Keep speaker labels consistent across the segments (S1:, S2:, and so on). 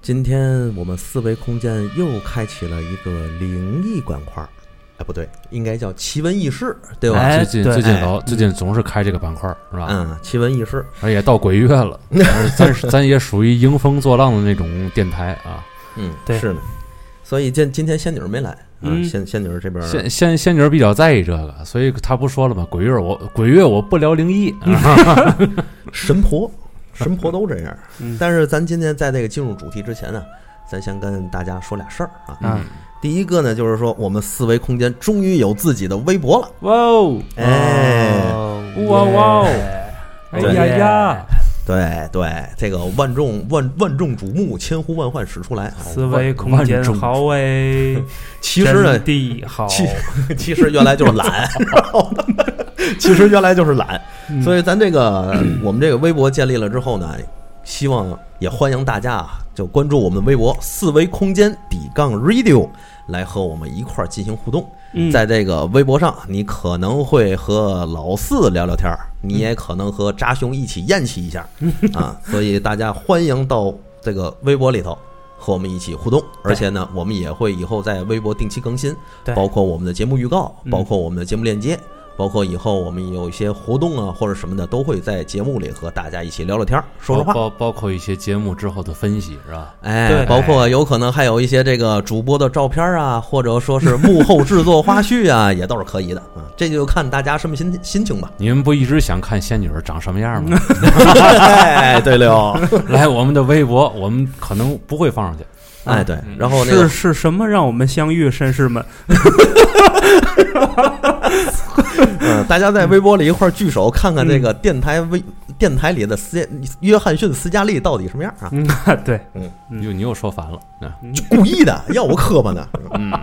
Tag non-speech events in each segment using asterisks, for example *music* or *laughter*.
S1: 今天我们四维空间又开启了一个灵异板块儿，哎，不对，应该叫奇闻异事，对吧？
S2: 哎
S3: 最近
S2: 对
S3: 最近
S1: 哎
S3: 老最近总是开这个板块儿是吧？
S1: 嗯，奇闻异事，
S3: 而且到鬼月
S1: *laughs*
S3: 了，而咱是咱也属于迎风作浪的那种电台啊。
S1: 嗯，
S2: 对
S1: 是呢。所以今今天仙女儿没来，啊
S2: 嗯
S1: 仙仙女儿这边儿
S3: 仙仙仙女儿比较在意这个，所以她不说了吗？鬼月我鬼月我不聊灵异，啊 *laughs*
S1: 神
S2: *laughs*
S1: 婆，神婆都这样儿。
S2: 嗯
S1: 但是咱今天在这个进入主题之前呢，咱先跟大家说俩事儿啊。
S2: 啊，
S1: 第一个呢，就是说我们四维空间终于有自己的微博了，
S2: 哇哦，
S1: 哎，
S3: 哇哇
S2: 耶，
S3: 哎呀呀，
S1: 对对，这个万众万万众瞩目，千呼万唤始出来啊。
S2: 思维空
S3: 万
S2: 间
S3: 众
S2: 好哎，
S1: 其实呢
S2: 真，地好，
S1: 其 *laughs* 其实原来就是懒，知道吗？其实原来就是懒，所以咱这个我们这个微博建立了之后呢，希望也欢迎大家啊，就关注我们的微博“四维空间底杠 radio”，来和我们一块儿进行互动。
S2: 嗯
S1: 在这个微博上，你可能会和老四聊聊天儿，你也可能和扎熊一起宴席一下啊，所以大家欢迎到这个微博里头。和我们一起互动，而且呢，我们也会以后在微博定期更新，
S2: 对
S1: 包括我们的节目预告，
S2: 嗯
S1: 包括我们的节目链接，包括以后我们有一些活动啊或者什么的，都会在节目里和大家一起聊聊天儿，说说
S3: 包
S1: 话。
S3: 包包括一些节目之后的分析是吧？
S1: 哎
S2: 对，
S1: 包括有可能还有一些这个主播的照片啊，或者说是幕后制作花絮啊， *laughs* 也都是可以的啊。这就看大家什么心心情
S2: *laughs*
S1: 吧。
S3: 你们不一直想看仙女儿长什么样吗？
S1: 哎，对了，
S2: 嗯
S3: 来我们的微博，我们可能不会放上去。
S1: 哎对，然后那
S2: 是
S1: 个
S2: 是什么让我们相遇，绅士们？
S1: 嗯，大家在微博里一块儿聚首，看看这
S2: 嗯
S1: 个电台微电台里的斯约翰逊斯嘉丽到底什么样啊？
S2: 嗯， *laughs* 对，嗯
S3: 你又你又说烦了，啊
S1: 就故意的，要我磕巴呢。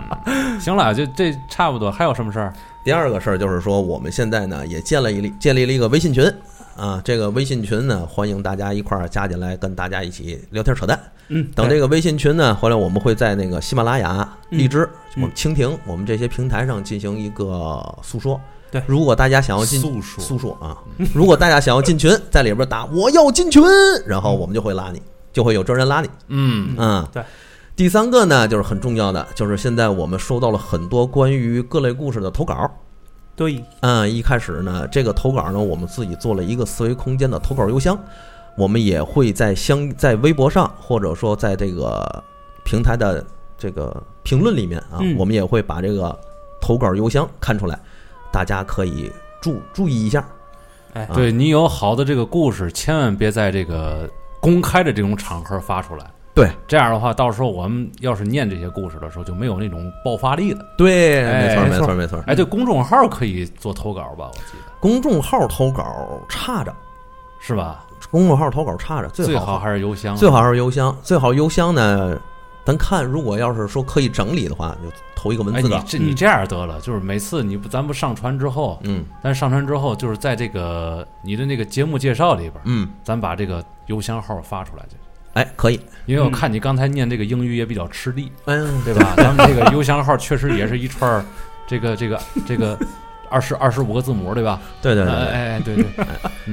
S2: *laughs*
S3: 行了，就这差不多。还有什么事儿？
S1: 第二个事儿就是说，我们现在呢也建了一建立了一个微信群啊，这个微信群呢，欢迎大家一块儿加进来，跟大家一起聊天扯淡。
S2: 嗯，
S1: 等这
S2: 个，
S1: 个微信群呢，回来我们会在那个喜马拉雅、
S2: 嗯
S1: 荔枝、我
S2: 嗯
S1: 们蜻蜓、我们这些平台上进行一个诉说。
S2: 对
S1: 如果大家想要进
S3: 诉说
S1: 诉说啊，如果大家想要进群，在里边打我要进群，然后我们就会拉你，就会有专人拉你。
S3: 嗯，
S1: 嗯，
S2: 对。
S1: 第三个呢，就是很重要的，就是现在我们收到了很多关于各类故事的投稿。
S2: 对，
S1: 嗯，一开始呢，这个投稿呢，我们自己做了一个思维空间的投稿邮箱，我们也会在相在微博上，或者说在这个平台的这个评论里面啊，
S2: 嗯
S1: 我们也会把这个投稿邮箱看出来，大家可以注注意一下。
S2: 哎，
S1: 啊
S3: 对你有好的这个故事，千万别在这个公开的这种场合发出来。
S1: 对
S3: 这样的话，到时候我们要是念这些故事的时候，就没有那种爆发力
S1: 嗯
S3: 了。
S1: 对，
S3: 哎
S1: 没错，
S3: 没
S1: 没
S2: 错
S1: 错，没错。
S3: 哎，对，公众号可以做投稿吧，我记得
S1: 公众号投稿差着，
S3: 是吧？
S1: 公众号投稿差着，
S3: 最嗯
S1: 好
S3: 还是邮箱，
S1: 最好是邮箱，最好邮箱呢，咱看如果要是说可以整理的话，就投一个文
S3: 哎，
S1: 字
S3: 你
S1: 稿。
S3: 这
S2: 嗯
S3: 你这样得了，就是每次你不咱不上传之后，
S1: 嗯
S3: 咱上传之后就是在这个你的那个节目介绍里边，
S1: 嗯，
S3: 咱把这个邮箱号发出来去，
S1: 哎，可以。
S3: 因为我
S2: 嗯
S3: 看你刚才念这个英语也比较吃力，
S1: 嗯，
S3: 哎
S2: *laughs*
S3: 对吧？咱们这个邮箱号确实也是一串儿，这个这个这个二十二十五个字母，对吧？
S1: 对对对
S3: 哎
S1: 对。
S3: 哎哎
S2: *laughs*
S3: 对对，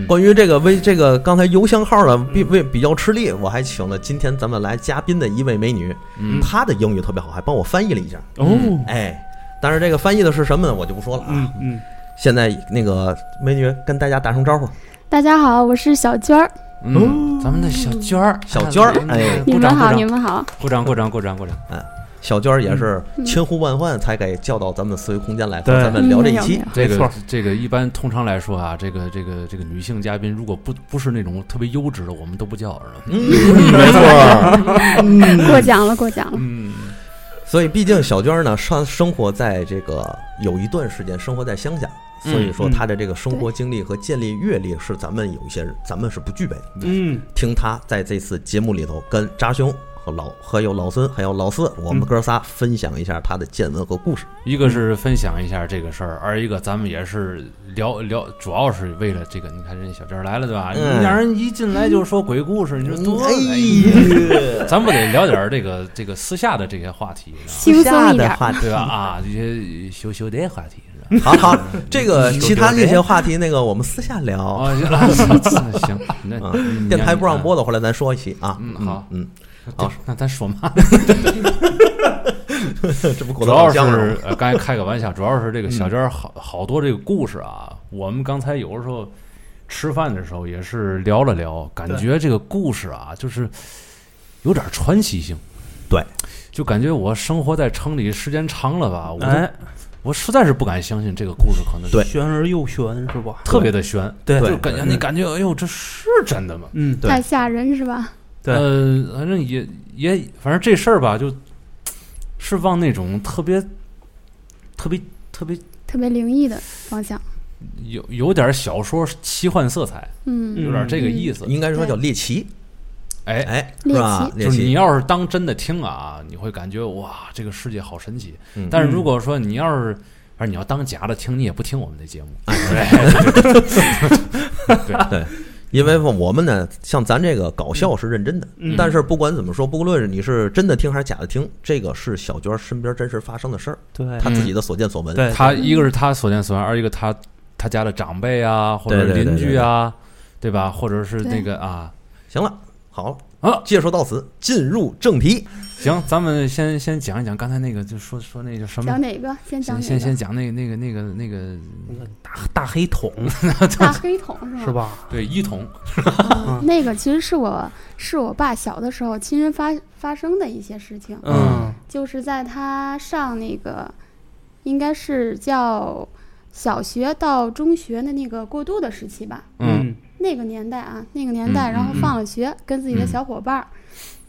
S1: 关于这个微这个刚才邮箱号的比为比较吃力，我还请了今天咱们来嘉宾的一位美女，
S3: 嗯
S1: 她的英语特别好，还帮我翻译了一下。
S2: 哦，
S1: 哎，但是这个翻译的是什么呢？我就不说了啊
S2: 嗯。嗯，
S1: 现在那个美女跟大家打声招呼，
S4: 大家好，我是小娟儿，
S3: 嗯，
S2: 哦
S3: 咱们的小娟儿，
S1: 小娟儿哎
S4: 你
S3: 鼓
S4: 们
S3: 掌
S4: 好，你
S3: 鼓
S4: 们好，
S3: 掌鼓掌鼓掌鼓掌鼓掌，
S1: 小娟儿也是
S4: 嗯
S1: 千呼万唤才给叫到咱们思维空间来和
S2: 对
S1: 咱们聊这一期
S4: 嗯。
S3: 这
S2: 没错
S3: 个这个一般通常来说啊，这个这个这个女性嘉宾如果不不是那种特别优质的，我们都不叫，是吧？
S1: 嗯，
S4: *laughs*
S1: 没错。
S4: 没嗯有过奖了，过奖了，
S3: 嗯，
S1: 所以，毕竟小娟儿呢，上生活在这个有一段时间生活在乡下，所以说
S2: 嗯
S1: 她的这个生活经历和建立阅历是咱们有一些人咱们是不具备的。
S2: 嗯，
S1: 听她在这次节目里头跟扎兄和老还有老孙还有老四，我们
S2: 嗯
S1: 哥仨分享一下她的见闻和故事。
S3: 一个是分享一下这个事儿，二一个咱们也是聊聊，主要是为了这个。你看人家小娟儿来了，对吧？
S1: 嗯
S3: 你让人一进来就说鬼故事，你说
S4: 嗯
S3: 多哎
S1: 哎呀，
S3: *laughs* 咱们得聊点儿这个这个私下的这些话题，是吧
S4: 轻松一
S1: 的
S4: 点儿，
S1: 话题
S3: 对吧？啊，这些羞羞的话题是吧？
S1: 好好，这
S4: *laughs*
S1: 个其他这些话题，那个我们私下聊。
S3: 啊，行了， *laughs* 行，那
S1: 啊
S3: 嗯
S1: 电台不让播的，回来咱说一期啊。
S3: 嗯好
S1: 嗯，
S3: 那
S1: 啊
S3: 那咱说嘛，
S1: 嗯 *laughs* 这不口
S3: 主
S1: 头
S3: 要
S1: 老乡
S3: 是嗯
S1: 吗？
S3: 呃，刚才开个玩笑，主要是这个小娟儿好好多这个故事啊，我们刚才有的时候吃饭的时候也是聊了聊，感觉这个故事啊，就是有点传奇性。
S1: 对，
S3: 就感觉我生活在城里时间长了吧，我都
S2: 哎，
S3: 我实在是不敢相信这个故事可能是
S1: 对
S2: 玄而又玄是吧？
S3: 特别的悬，
S2: 对
S1: 对
S3: 就感觉你感觉哎呦，这是真的吗？
S2: 嗯，
S1: 对
S4: 太吓人是吧？
S2: 对
S3: 呃，反正也也，反正这事儿吧，就是往那种特别、特别、特别
S4: 特别灵异的方向，
S3: 有有点小说奇幻色彩，
S4: 嗯，
S3: 有点这个意思。
S1: 应该说叫猎奇，
S3: 哎，
S1: 哎，是
S4: 猎
S1: 吧？
S4: 奇
S1: 猎
S3: 就是你
S1: 奇，
S3: 要是当真的听啊，你会感觉哇，这个世界好神奇。
S1: 嗯
S3: 但是如果说你要是，反正你要当假的听，你也不听我们的节目。
S1: 因为我们呢，像咱这个搞笑是认真的，
S2: 嗯
S1: 但是不管怎么说，不论是你是真的听还是假的听，这个是小娟身边真实发生的事儿，
S2: 对
S3: 嗯
S1: 她自己的所见所闻。
S2: 对
S3: 他一个是他所见所闻，二一个他他家的长辈啊，或者
S1: 对对对
S3: 邻居啊，对吧？或者是那
S4: 对
S3: 个啊，
S1: 行了，好
S3: 啊，
S1: 介绍到此，进入正题。
S3: 行，咱们先先讲一讲刚才那个，就说说那叫什么
S4: 讲？哪个？先讲
S3: 先
S4: 哪
S3: 先先
S4: 个？
S3: 讲那个那个那个那个，
S2: 大大黑桶
S4: 大黑桶
S2: 是
S4: 是吧？
S2: 吧？
S3: *laughs* 对一桶，
S4: 嗯那个其实是我是我爸小的时候亲身发发生的一些事情，
S2: 嗯
S4: 就是在他上那个应该是叫小学到中学的那个过渡的时期吧，
S3: 嗯，
S4: 那个年代啊，那个年
S3: 嗯
S4: 代，
S3: 嗯
S4: 然后
S3: 嗯
S4: 放了学，跟自己
S3: 嗯
S4: 的小伙伴儿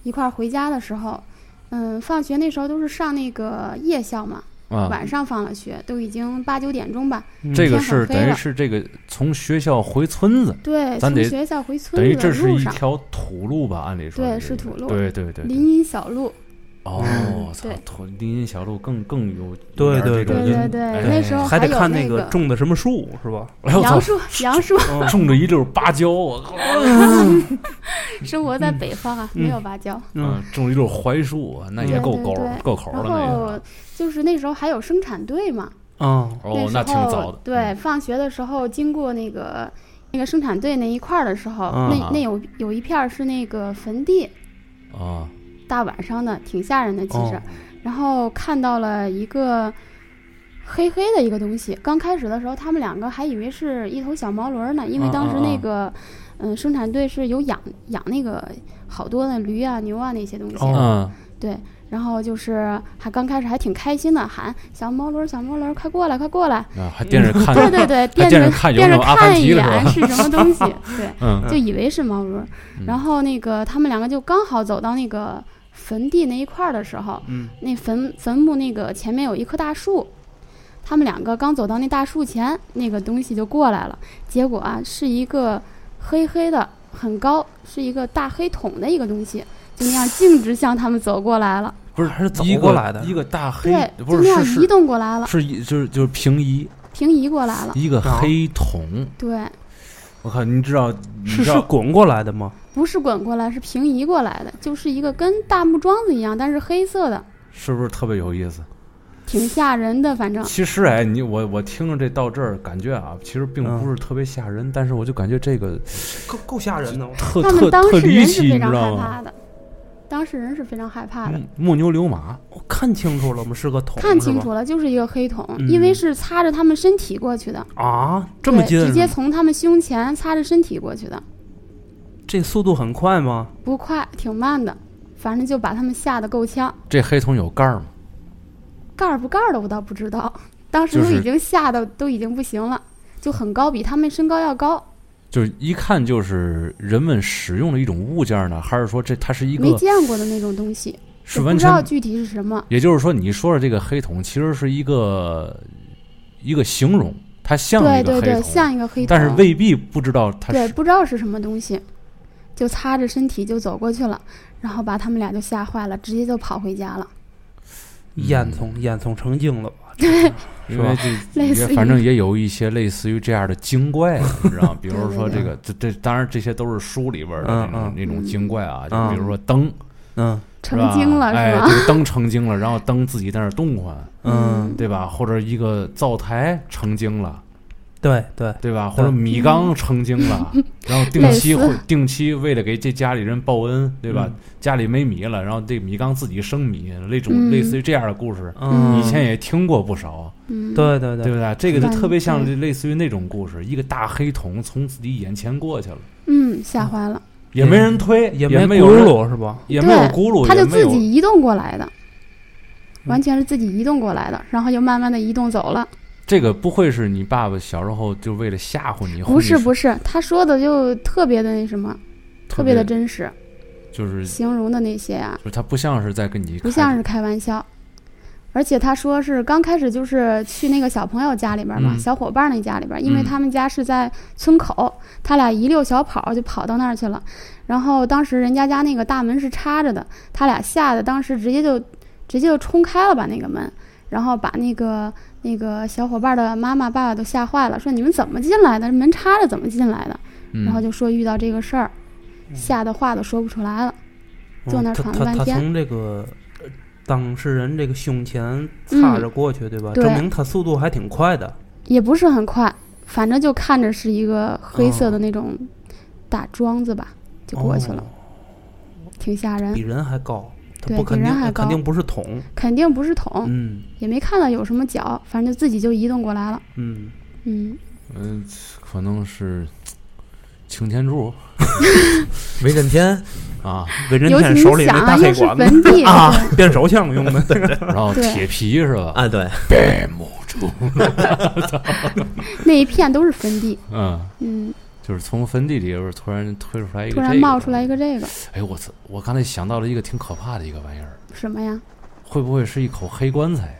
S4: 一块儿回家的时候，嗯，放学那时候都是上那个夜校嘛，
S3: 啊，
S4: 晚上放了学都已经八九点钟吧，
S2: 嗯
S3: 这个
S4: 天
S3: 是
S4: 很黑
S3: 等于
S4: 了
S3: 是这个从学校回村子，
S4: 对，
S3: 咱
S4: 从
S3: 得
S4: 学校回村
S3: 等于
S4: 子
S3: 这
S4: 的
S3: 是
S4: 路
S3: 一
S4: 上，
S3: 条土路吧？按理说
S4: 对
S3: 这
S4: 是
S3: 个
S4: 土路
S3: 对对对对。
S4: 林荫小路，
S3: 哦，操
S4: 对，
S3: 土林荫小路更更有
S2: 嗯对对
S4: 对对对，那
S3: 哎
S4: 时候
S2: 还得
S4: 哦有
S2: 看
S4: 那 *laughs*
S2: 个种的什么树是吧？
S3: 哎呦我
S4: 杨
S3: 操，
S4: 树，杨树 *laughs*
S3: 种着一溜芭蕉，我靠，
S4: 生活在北方啊，
S2: 嗯
S4: 没有芭蕉，
S2: 嗯，
S3: 嗯，种一溜槐树，那也
S4: 对
S3: 够
S4: 对
S3: 够
S4: 对
S3: 够口
S4: 然
S3: 了，那也
S4: 后
S3: 是。
S4: 就是那时候还有生产队嘛，
S2: 哦，
S3: 哦，那
S4: 那
S3: 挺
S4: 时候
S3: 早的。嗯
S4: 对，放学的时候经过那个那个生产队那一块儿的时候，
S2: 啊
S4: 那那有有一片儿是那个坟地，
S3: 嗯啊，
S4: 大晚上的，挺吓人的其实。
S2: 哦
S4: 然后看到了一个黑黑的一个东西，刚开始的时候他们两个还以为是一头小毛驴儿呢，因为当
S3: 啊
S4: 时
S3: 啊啊
S4: 那个。嗯，生产队是有养养那个好多的驴啊、牛啊那些东西，
S2: 哦
S3: 嗯，
S4: 对，然后就是还刚开始还挺开心的，喊小毛驴儿，小毛驴儿，快过来，快过来！
S3: 啊还惦着看，*laughs*
S4: 嗯对对对，
S3: 还
S4: 变着
S3: 着看有
S4: 变
S3: 没
S4: 着
S3: 有阿凡
S4: 看一
S3: 提了是
S4: 眼
S3: 吧？
S4: 是什么
S3: *laughs*
S4: 东西，对，
S3: 嗯
S4: 就以为是毛驴儿。
S3: 嗯
S4: 然后那个他们两个就刚好走到那个坟地那一块儿的时候，
S2: 嗯
S4: 那坟坟墓那个前面有一棵大树，他们两个刚走到那大树前，那个东西就过来了。结果啊，是一个黑黑的，很高，是一个大黑桶的一个东西，就那样径直向他们走过来了。
S3: 不是，
S2: 还是走
S3: 一个
S2: 过来的
S3: 一个大黑
S4: 对，，
S3: 不
S4: 就是那样
S3: 是
S4: 移
S3: 是
S4: 动过来了，
S3: 是一就是就是平移，
S4: 平移过来了。
S3: 一个
S2: 啊
S3: 黑桶。
S4: 对，
S3: 我靠，你知道你
S2: 是
S3: 知
S2: 是
S3: 道
S2: 滚过来的吗？
S4: 不是滚过来，是平移过来的，就是一个跟大木桩子一样，但是啊黑色的，
S3: 是不是特别有意思？
S4: 挺吓人的。反正
S3: 其实哎，你我我听着这到这儿，感觉啊，其实并不是特别吓人，但是我就感觉这个
S2: 嗯够够吓人的，
S3: 特
S4: 他
S3: 特
S4: 们当
S3: 特
S4: 事
S3: 离
S4: 人是
S3: 奇，你
S4: 非
S3: 知
S4: 常害
S3: 道吗？
S4: 怕的，当事人是非常害怕的。
S3: 嗯木牛流马，
S2: 我看清楚了吗？是个桶，
S4: 看清
S2: 是
S4: 楚了，就是一个黑桶，
S2: 嗯
S4: 因为是擦着他们身体过去的，
S2: 吧啊，这么
S4: 对
S2: 近是吗，
S4: 直接从他们胸前擦着身体过去的，
S2: 这速度很快吗？
S4: 不快，挺慢的，反正就把他们吓得够呛。
S3: 这黑桶有盖儿吗？
S4: 盖儿不盖儿的我倒不知道， *laughs* 当时
S3: 就
S4: 都
S3: 是
S4: 已经吓得都已经不行了，就很高，比他们身高要高，
S3: 就是一看就是人们使用的一种物件呢，还是说这它是一
S4: 没
S3: 个
S4: 见过的那种东西，
S3: 是
S4: 也
S3: 完
S4: 不知道
S3: 全？
S4: 具体是什么。
S3: 也就是说，你说的这个黑桶其实是一个一个形容，它像
S4: 对
S3: 一个
S4: 对
S3: 黑
S4: 对，
S3: 桶，
S4: 像一个黑桶，
S3: 但是未必不知道它
S4: 对
S3: 是
S4: 不知道是什么东西，就擦着身体就走过去了，然后把他们俩就吓坏了，直接就跑回家了。
S3: 嗯
S2: 烟囱烟囱成精了吧？
S3: 因为
S2: 是吧
S3: 这
S4: *laughs* 类似于
S3: 也反正也有一些类似于这样的精怪，啊
S4: *laughs*
S3: 你知道吗？比如说这个，这这当然这些都是书里边的那
S2: 嗯
S3: 种
S2: 嗯
S3: 那种精怪啊，就
S2: 嗯
S3: 比如说灯，
S2: 嗯
S4: 成精了
S3: 哎
S4: 是，吗？
S3: 这个灯成精了，然后灯自己在那儿动换，
S2: 嗯，
S3: 对吧？或者一个灶台成精了，
S2: 对对，
S3: 对吧？或者米缸成精了， *laughs* 然后定
S4: 嗯类
S3: 期
S4: 似
S3: 会定期为了给这家里人报恩，对吧
S2: 嗯？
S3: 家里没米了，然后这米缸自己生米，那种
S4: 嗯
S3: 类似于这样的故事，
S2: 嗯，
S3: 以前也听过不少，
S4: 嗯，
S2: 对对
S3: 对
S2: 对，
S3: 不对？这个就
S4: 对嗯
S3: 特别像
S4: 对
S3: 类似于那种故事，一个大黑桶从自己眼前过去了，
S4: 嗯，吓坏了，
S3: 也没人推，也
S2: 也
S3: 没有
S2: 轱
S3: 人，
S2: 辘是吧？
S3: 也没有
S4: 对
S3: 轱辘，
S4: 他
S3: 嗯也
S4: 就
S3: 没
S4: 自
S3: 有
S4: 己移动过来的，
S2: 嗯
S4: 完全是自己移动过来的，然后又慢慢的移动走了。
S3: 这个不会是你爸爸小时候就为了吓唬你，
S4: 不是不
S3: 是，
S4: 是，他说的就特别的那什么，特别的真实，
S3: 嗯就是就
S4: 形容的那些啊，
S3: 是他不像是在跟你
S4: 不像
S3: 开
S4: 是开玩笑。而且他说是刚开始就是去那个小朋友家里边嘛，
S3: 嗯
S4: 小伙伴那家里边，因为
S3: 嗯
S4: 他们家是在村口，他俩一溜小跑就跑到那儿去了。然后当时人家家那个大门是插着的，他俩吓得当时直接就直接就冲开了吧那个门，然后把那个那个小伙伴的妈妈爸爸都吓坏了，说你们怎么进来的？门插着怎么进来的？
S3: 嗯
S4: 然后就说遇到这个事儿，吓得话都说不出来了。坐那儿
S2: 嗯他
S4: 喘了
S2: 他
S4: 半
S2: 他
S4: 天
S2: 从这个呃当事人这个胸前擦着过去，对吧？
S4: 嗯对
S2: 证明他速度还挺快的。
S4: 也不是很快，反正就看着是一个黑
S2: 哦
S4: 色的那种大桩子吧，就过去
S2: 哦
S4: 了，挺吓
S2: 哦，比
S4: 人。
S2: 人还高。他
S4: 对
S2: 不
S4: 比
S2: 肯
S4: 人
S2: 定
S4: 还
S2: 呃肯
S4: 高哦
S2: 定不是桶，
S4: 肯定不是桶，
S2: 嗯
S4: 也没看到有什么脚，反正就自己就移动过来了。
S2: 嗯，
S4: 嗯，
S3: 嗯，可能是擎天柱
S1: 没震天，
S4: *laughs*
S3: 啊，
S2: 为人
S4: 尤其
S2: 天手里
S4: 你想
S2: 那
S4: 啊，
S2: 大
S4: 又
S2: 黑
S4: 是
S2: 管
S4: 坟
S2: 子 *laughs*
S4: 地，
S2: 啊，变手枪用的。
S3: *laughs* 然后
S4: 对
S3: 铁皮是吧？
S1: 哎，对，
S3: 白木柱，
S4: 对 *laughs* 那一片都是坟地。
S3: 嗯，
S4: 嗯，
S3: 就是从坟地里边突然推出来一个，
S4: 突然冒出来一。个这个
S3: 哎，我操！我刚才想到了一个挺可怕的一个玩意儿，
S4: 什么呀？
S3: 会不会是一口黑棺材？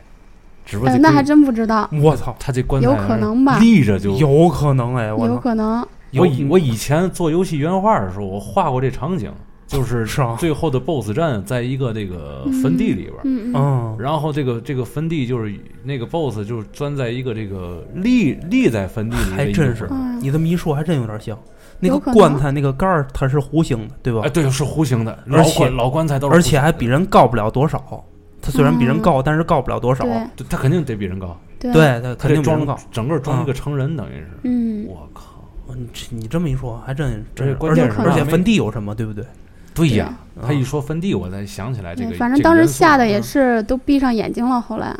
S3: 只不过
S4: 呃
S3: 这
S4: 那
S3: 棺
S4: 还真不知道，
S2: 我操，
S3: 他这棺材
S4: 有可能吧？
S3: 立着就。
S2: 有可能哎，我
S4: 有
S2: 操，
S4: 可能。
S3: 我以我以前做游戏原画的时候，我画过这场景，就是
S2: 是啊
S3: 最后的 BOSS 战在一个这个呃坟地里边儿，
S4: 嗯嗯，
S2: 嗯，
S3: 然后这个这个坟地就是那个 BOSS 就是钻在一个这个立立在坟地里的
S2: 还
S3: 一个
S2: 真是
S3: 人
S4: 嗯
S2: 你这么一说，还真有点像。那个
S4: 有可能
S2: 棺材那个盖儿它是弧形的，对吧
S3: 哎，？对，是弧形的，
S2: 而
S3: 老
S2: 且
S3: 棺老棺材都是弧
S2: 而
S3: 形的，
S2: 且还比人高不了多少。它虽然比人高，但是高不了多少。
S4: 对
S3: 对他肯定得比人高，
S4: 嗯对，
S2: 对，它肯
S3: 他得
S2: 定比人
S3: 装
S2: 高。
S3: 整个装一个成人，等于是，
S4: 嗯，
S3: 我靠，
S2: 哇你这你这么一说，还真真
S3: 而且
S2: 是，
S3: 关
S2: 而
S3: 键
S2: 且
S4: 是
S2: 而且
S3: 没
S2: 坟地有什么，对不对？啊
S3: 对呀，
S2: 对
S3: 他一说坟地，我才想起来这
S4: 对，
S3: 个，
S4: 嗯反正
S3: 这个嗯
S4: 当时
S3: 元素
S4: 吓得也是都闭上眼睛了。后来，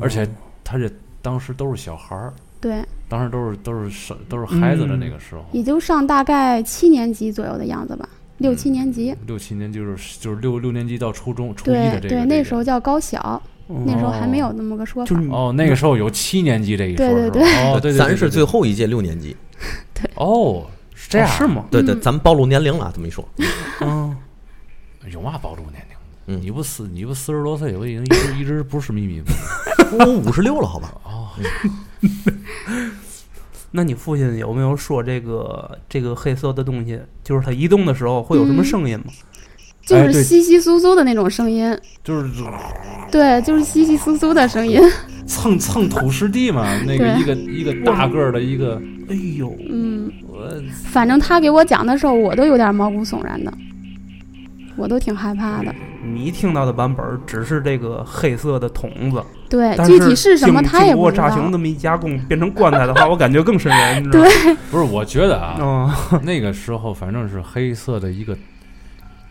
S3: 而且他这当时都是小孩儿，
S4: 对，
S3: 当时都是都是是都是孩
S2: 嗯
S3: 子的那个时候，
S4: 也就上大概七年级左右的样子吧，
S3: 嗯
S4: 六七年级。
S3: 六七年就是就是六六年级到初中初一
S4: 对
S3: 的这个，
S4: 对，
S3: 这
S4: 那
S3: 个哦
S4: 时候叫高小，
S2: 嗯
S4: 那时候还没有那么个说
S2: 就
S4: 法
S2: 是。你
S3: 哦，那个时候有七年级这一说，是吧
S4: 对对对
S3: 哦，对对对，
S1: 咱是
S3: 对嗯
S1: 最后一届六年级，
S3: 哦，是这
S2: 哦
S3: 样
S2: 是？吗？
S1: 对对，
S4: 嗯
S1: 咱们暴露年龄了，这么
S3: *laughs*
S1: 一说，
S2: 嗯，
S3: 有嘛暴露年龄？
S1: 嗯
S3: 你不四你不四十多岁，我已经一直一直不是秘密吗？
S1: 我五十六了，好吧？
S3: 哦，
S2: 那你父亲有没有说这个这个黑色的东西，就是它移动的时候会有
S4: 嗯
S2: 什么声音吗？
S4: 就
S3: 哎
S4: 是
S3: 对
S4: 稀稀疏疏的那种声音，
S3: 就是
S4: 对，就是稀稀疏疏的声音。
S3: 蹭蹭土湿地 *laughs* 嘛，那个
S4: 对
S3: 一个一个大个儿的一个，
S2: 哎呦，
S4: 嗯，
S3: 我
S4: 反正他给我讲的时候，我都有点毛骨悚然的，我都挺害怕
S3: 嗯
S4: 的。
S2: 你听到的版本儿只是这个黑色的筒子，
S4: 对，
S2: 但
S4: 哎具体是
S2: 是
S4: 什么
S2: 经
S4: 他也
S2: 经
S4: 不
S2: 过
S4: 知
S2: 炸
S4: 道。
S2: 熊这么一加工变成棺材的话，我感觉更瘆人，你知道吗？
S3: 不是，我觉得啊，
S2: 嗯，
S3: 那个时候反正是黑色的一个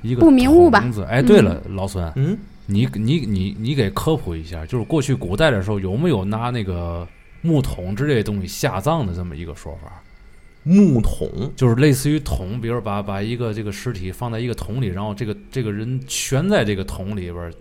S3: 一个
S4: 不明物吧
S3: 筒子。哎，对了，老孙，
S1: 嗯，
S3: 你你你你给科普一下，就是过去古代的时候有没有拿那个木桶之类的东西下葬的这么一个说法？
S1: 木桶
S3: 就是类似于桶，比如把把一个这个尸体放在一个桶里，然后这个这个人悬在这个桶里边儿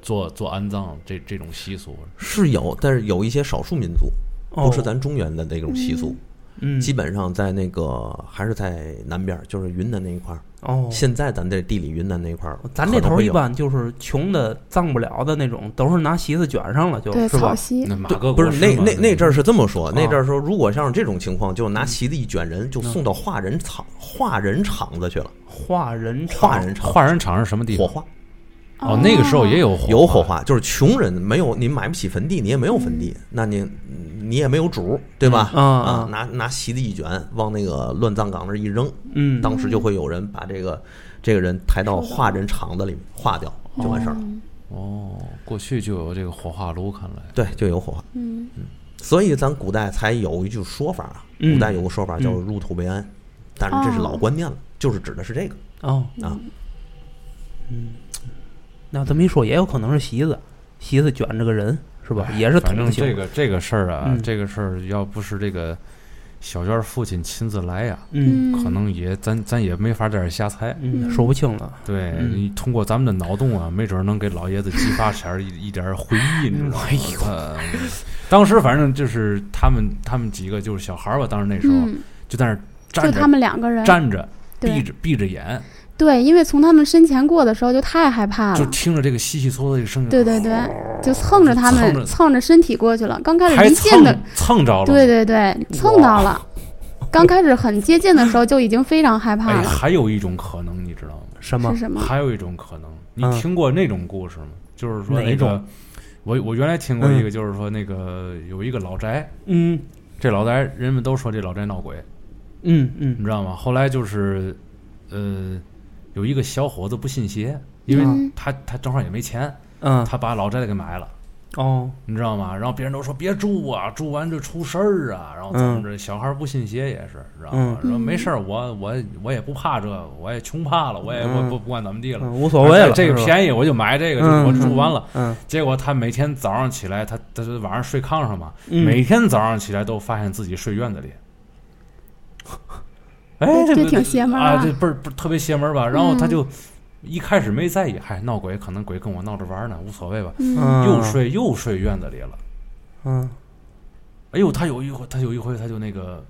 S3: 做做安葬，这这种习俗。
S1: 是有，但是有一些少数民族，不是
S2: 哦，
S1: 咱中原的那种习俗，
S2: 嗯，
S1: 基本上在那个还是在南边儿，就是云南那一块儿。
S2: 哦，
S1: 现在咱这地理云南那一块儿，
S2: 咱这
S1: 可能
S2: 头儿
S1: 会
S2: 一
S1: 有
S2: 般就是穷的葬不了的那种，都是拿席子卷上了就，
S4: 对，
S2: 是
S4: 草
S2: 吧？
S4: 席。
S3: 那马
S1: 对
S3: 革
S1: 不
S3: 裹
S1: 是
S3: 尸
S1: 那
S3: 嘛
S1: 那那阵儿是这么说，那
S2: 啊
S1: 阵儿说，如果像是这种情况，就
S2: 嗯
S1: 拿席子一卷人，就送到化人厂化人厂子去了，
S2: 画人嗯场
S1: 化人厂
S3: 化人场是什么地
S1: 火
S3: 方？
S1: 化
S3: 哦，那个时候也有
S1: 有火
S3: 火
S1: 化，就是穷人没有你买不起坟地，你也没有坟地，那你嗯你也没有主，对吧？
S2: 嗯啊
S1: 啊
S2: 啊，
S1: 拿拿席子一卷，往那个乱葬岗那儿一扔，
S2: 嗯，
S1: 当时就会有人把这个这个人抬到化人肠子里面化掉，就完事儿了。
S4: 嗯
S3: 哦，过去就有这个火化炉，看来
S1: 对，就有火化。
S4: 嗯，
S1: 所以咱古代才有一句说法啊，
S2: 嗯
S1: 古代有个说法叫
S2: 嗯
S1: 入土为安，但是这
S4: 哦
S1: 是老观念了，就是指的是这个
S2: 哦，
S3: 嗯
S2: 嗯
S1: 啊。
S2: 那这么一说，也有可能是席子，席子卷着个人是吧？也是
S3: 哎反正
S2: 同
S3: 这
S2: 性，
S3: 个这个事儿啊，
S2: 嗯
S3: 这个事儿要不是这个小娟儿父亲亲自来呀、
S2: 嗯
S3: 可能也咱咱也没法在这儿瞎猜。
S2: 嗯，说不清了。
S3: 对、
S2: 嗯
S3: 你通过咱们的脑洞啊，没准儿能给老爷子激发点
S2: *laughs*
S3: 儿一一点儿回忆，你知道吗？
S2: 哎呦
S3: 呃当时反正就是他们他们几个就是小孩儿吧，当时那时候、
S4: 嗯，
S3: 就在那儿
S4: 就
S3: 站
S4: 他
S3: 着
S4: 们两个人，
S3: 站着，闭
S4: 对
S3: 着闭着眼，
S4: 对，因为从他们身前过的时候就太害怕
S3: 就
S4: 了，
S3: 听着这个稀稀嗦嗦的声音，
S4: 啊对对对，就蹭着他
S3: 嗯蹭着
S4: 们蹭着身体过去了。刚开始
S3: 还
S4: 一
S3: 蹭
S4: 近的，
S3: 蹭着了，
S4: 对对对，蹭到了。刚开始很接近的时候就已经非常害怕
S3: 哎，
S4: 了，
S3: 还有一种可能，你知道吗？
S2: 什么
S4: 是？什么？
S3: 还有一种可能，你
S2: 嗯
S3: 听过那种故事吗？就是说
S2: 哪
S3: 那
S2: 种
S3: 个，我我原来听过一
S2: 嗯
S3: 个，就是说那个有一个老宅，
S2: 嗯
S3: 这老宅人们都说这老宅闹鬼，
S2: 嗯
S3: 你
S2: 嗯，
S3: 知道吗？后来就是，呃，有一个小伙子不信邪，因为
S4: 嗯
S3: 他他正好也没钱，
S2: 嗯
S3: 他把老宅给买了。
S2: 哦，
S3: 你知道吗？然后别人都说别住啊，住完就出事儿啊，然后怎
S2: 嗯
S3: 么着？小孩儿不信邪也是，知道吗？
S4: 嗯
S3: 说没事儿，我我我也不怕这，我也穷怕了，我也我
S2: 嗯
S3: 不不管怎么地了
S2: 嗯，无所谓了，
S3: 这个
S2: 是吧
S3: 便宜我就买这个，就
S2: 嗯
S3: 我住完了。
S2: 嗯
S3: 结果他每天早上起来，他他是晚上睡炕上嘛，
S2: 嗯
S3: 每天早上起来都发现自己睡院子里。 *laughs* 哎，
S4: 这
S3: 不
S4: 挺邪门儿
S3: 啊，
S4: 啊
S3: 这倍儿倍儿特别邪门儿吧？然后他
S4: 嗯
S3: 就一开始没在意，嗨，闹鬼可能鬼跟我闹着玩儿呢，无所谓吧。
S4: 嗯
S2: 嗯，
S3: 又睡又睡院子里了。
S2: 嗯
S3: 哎呦，他有一回，他有一回，他就那个，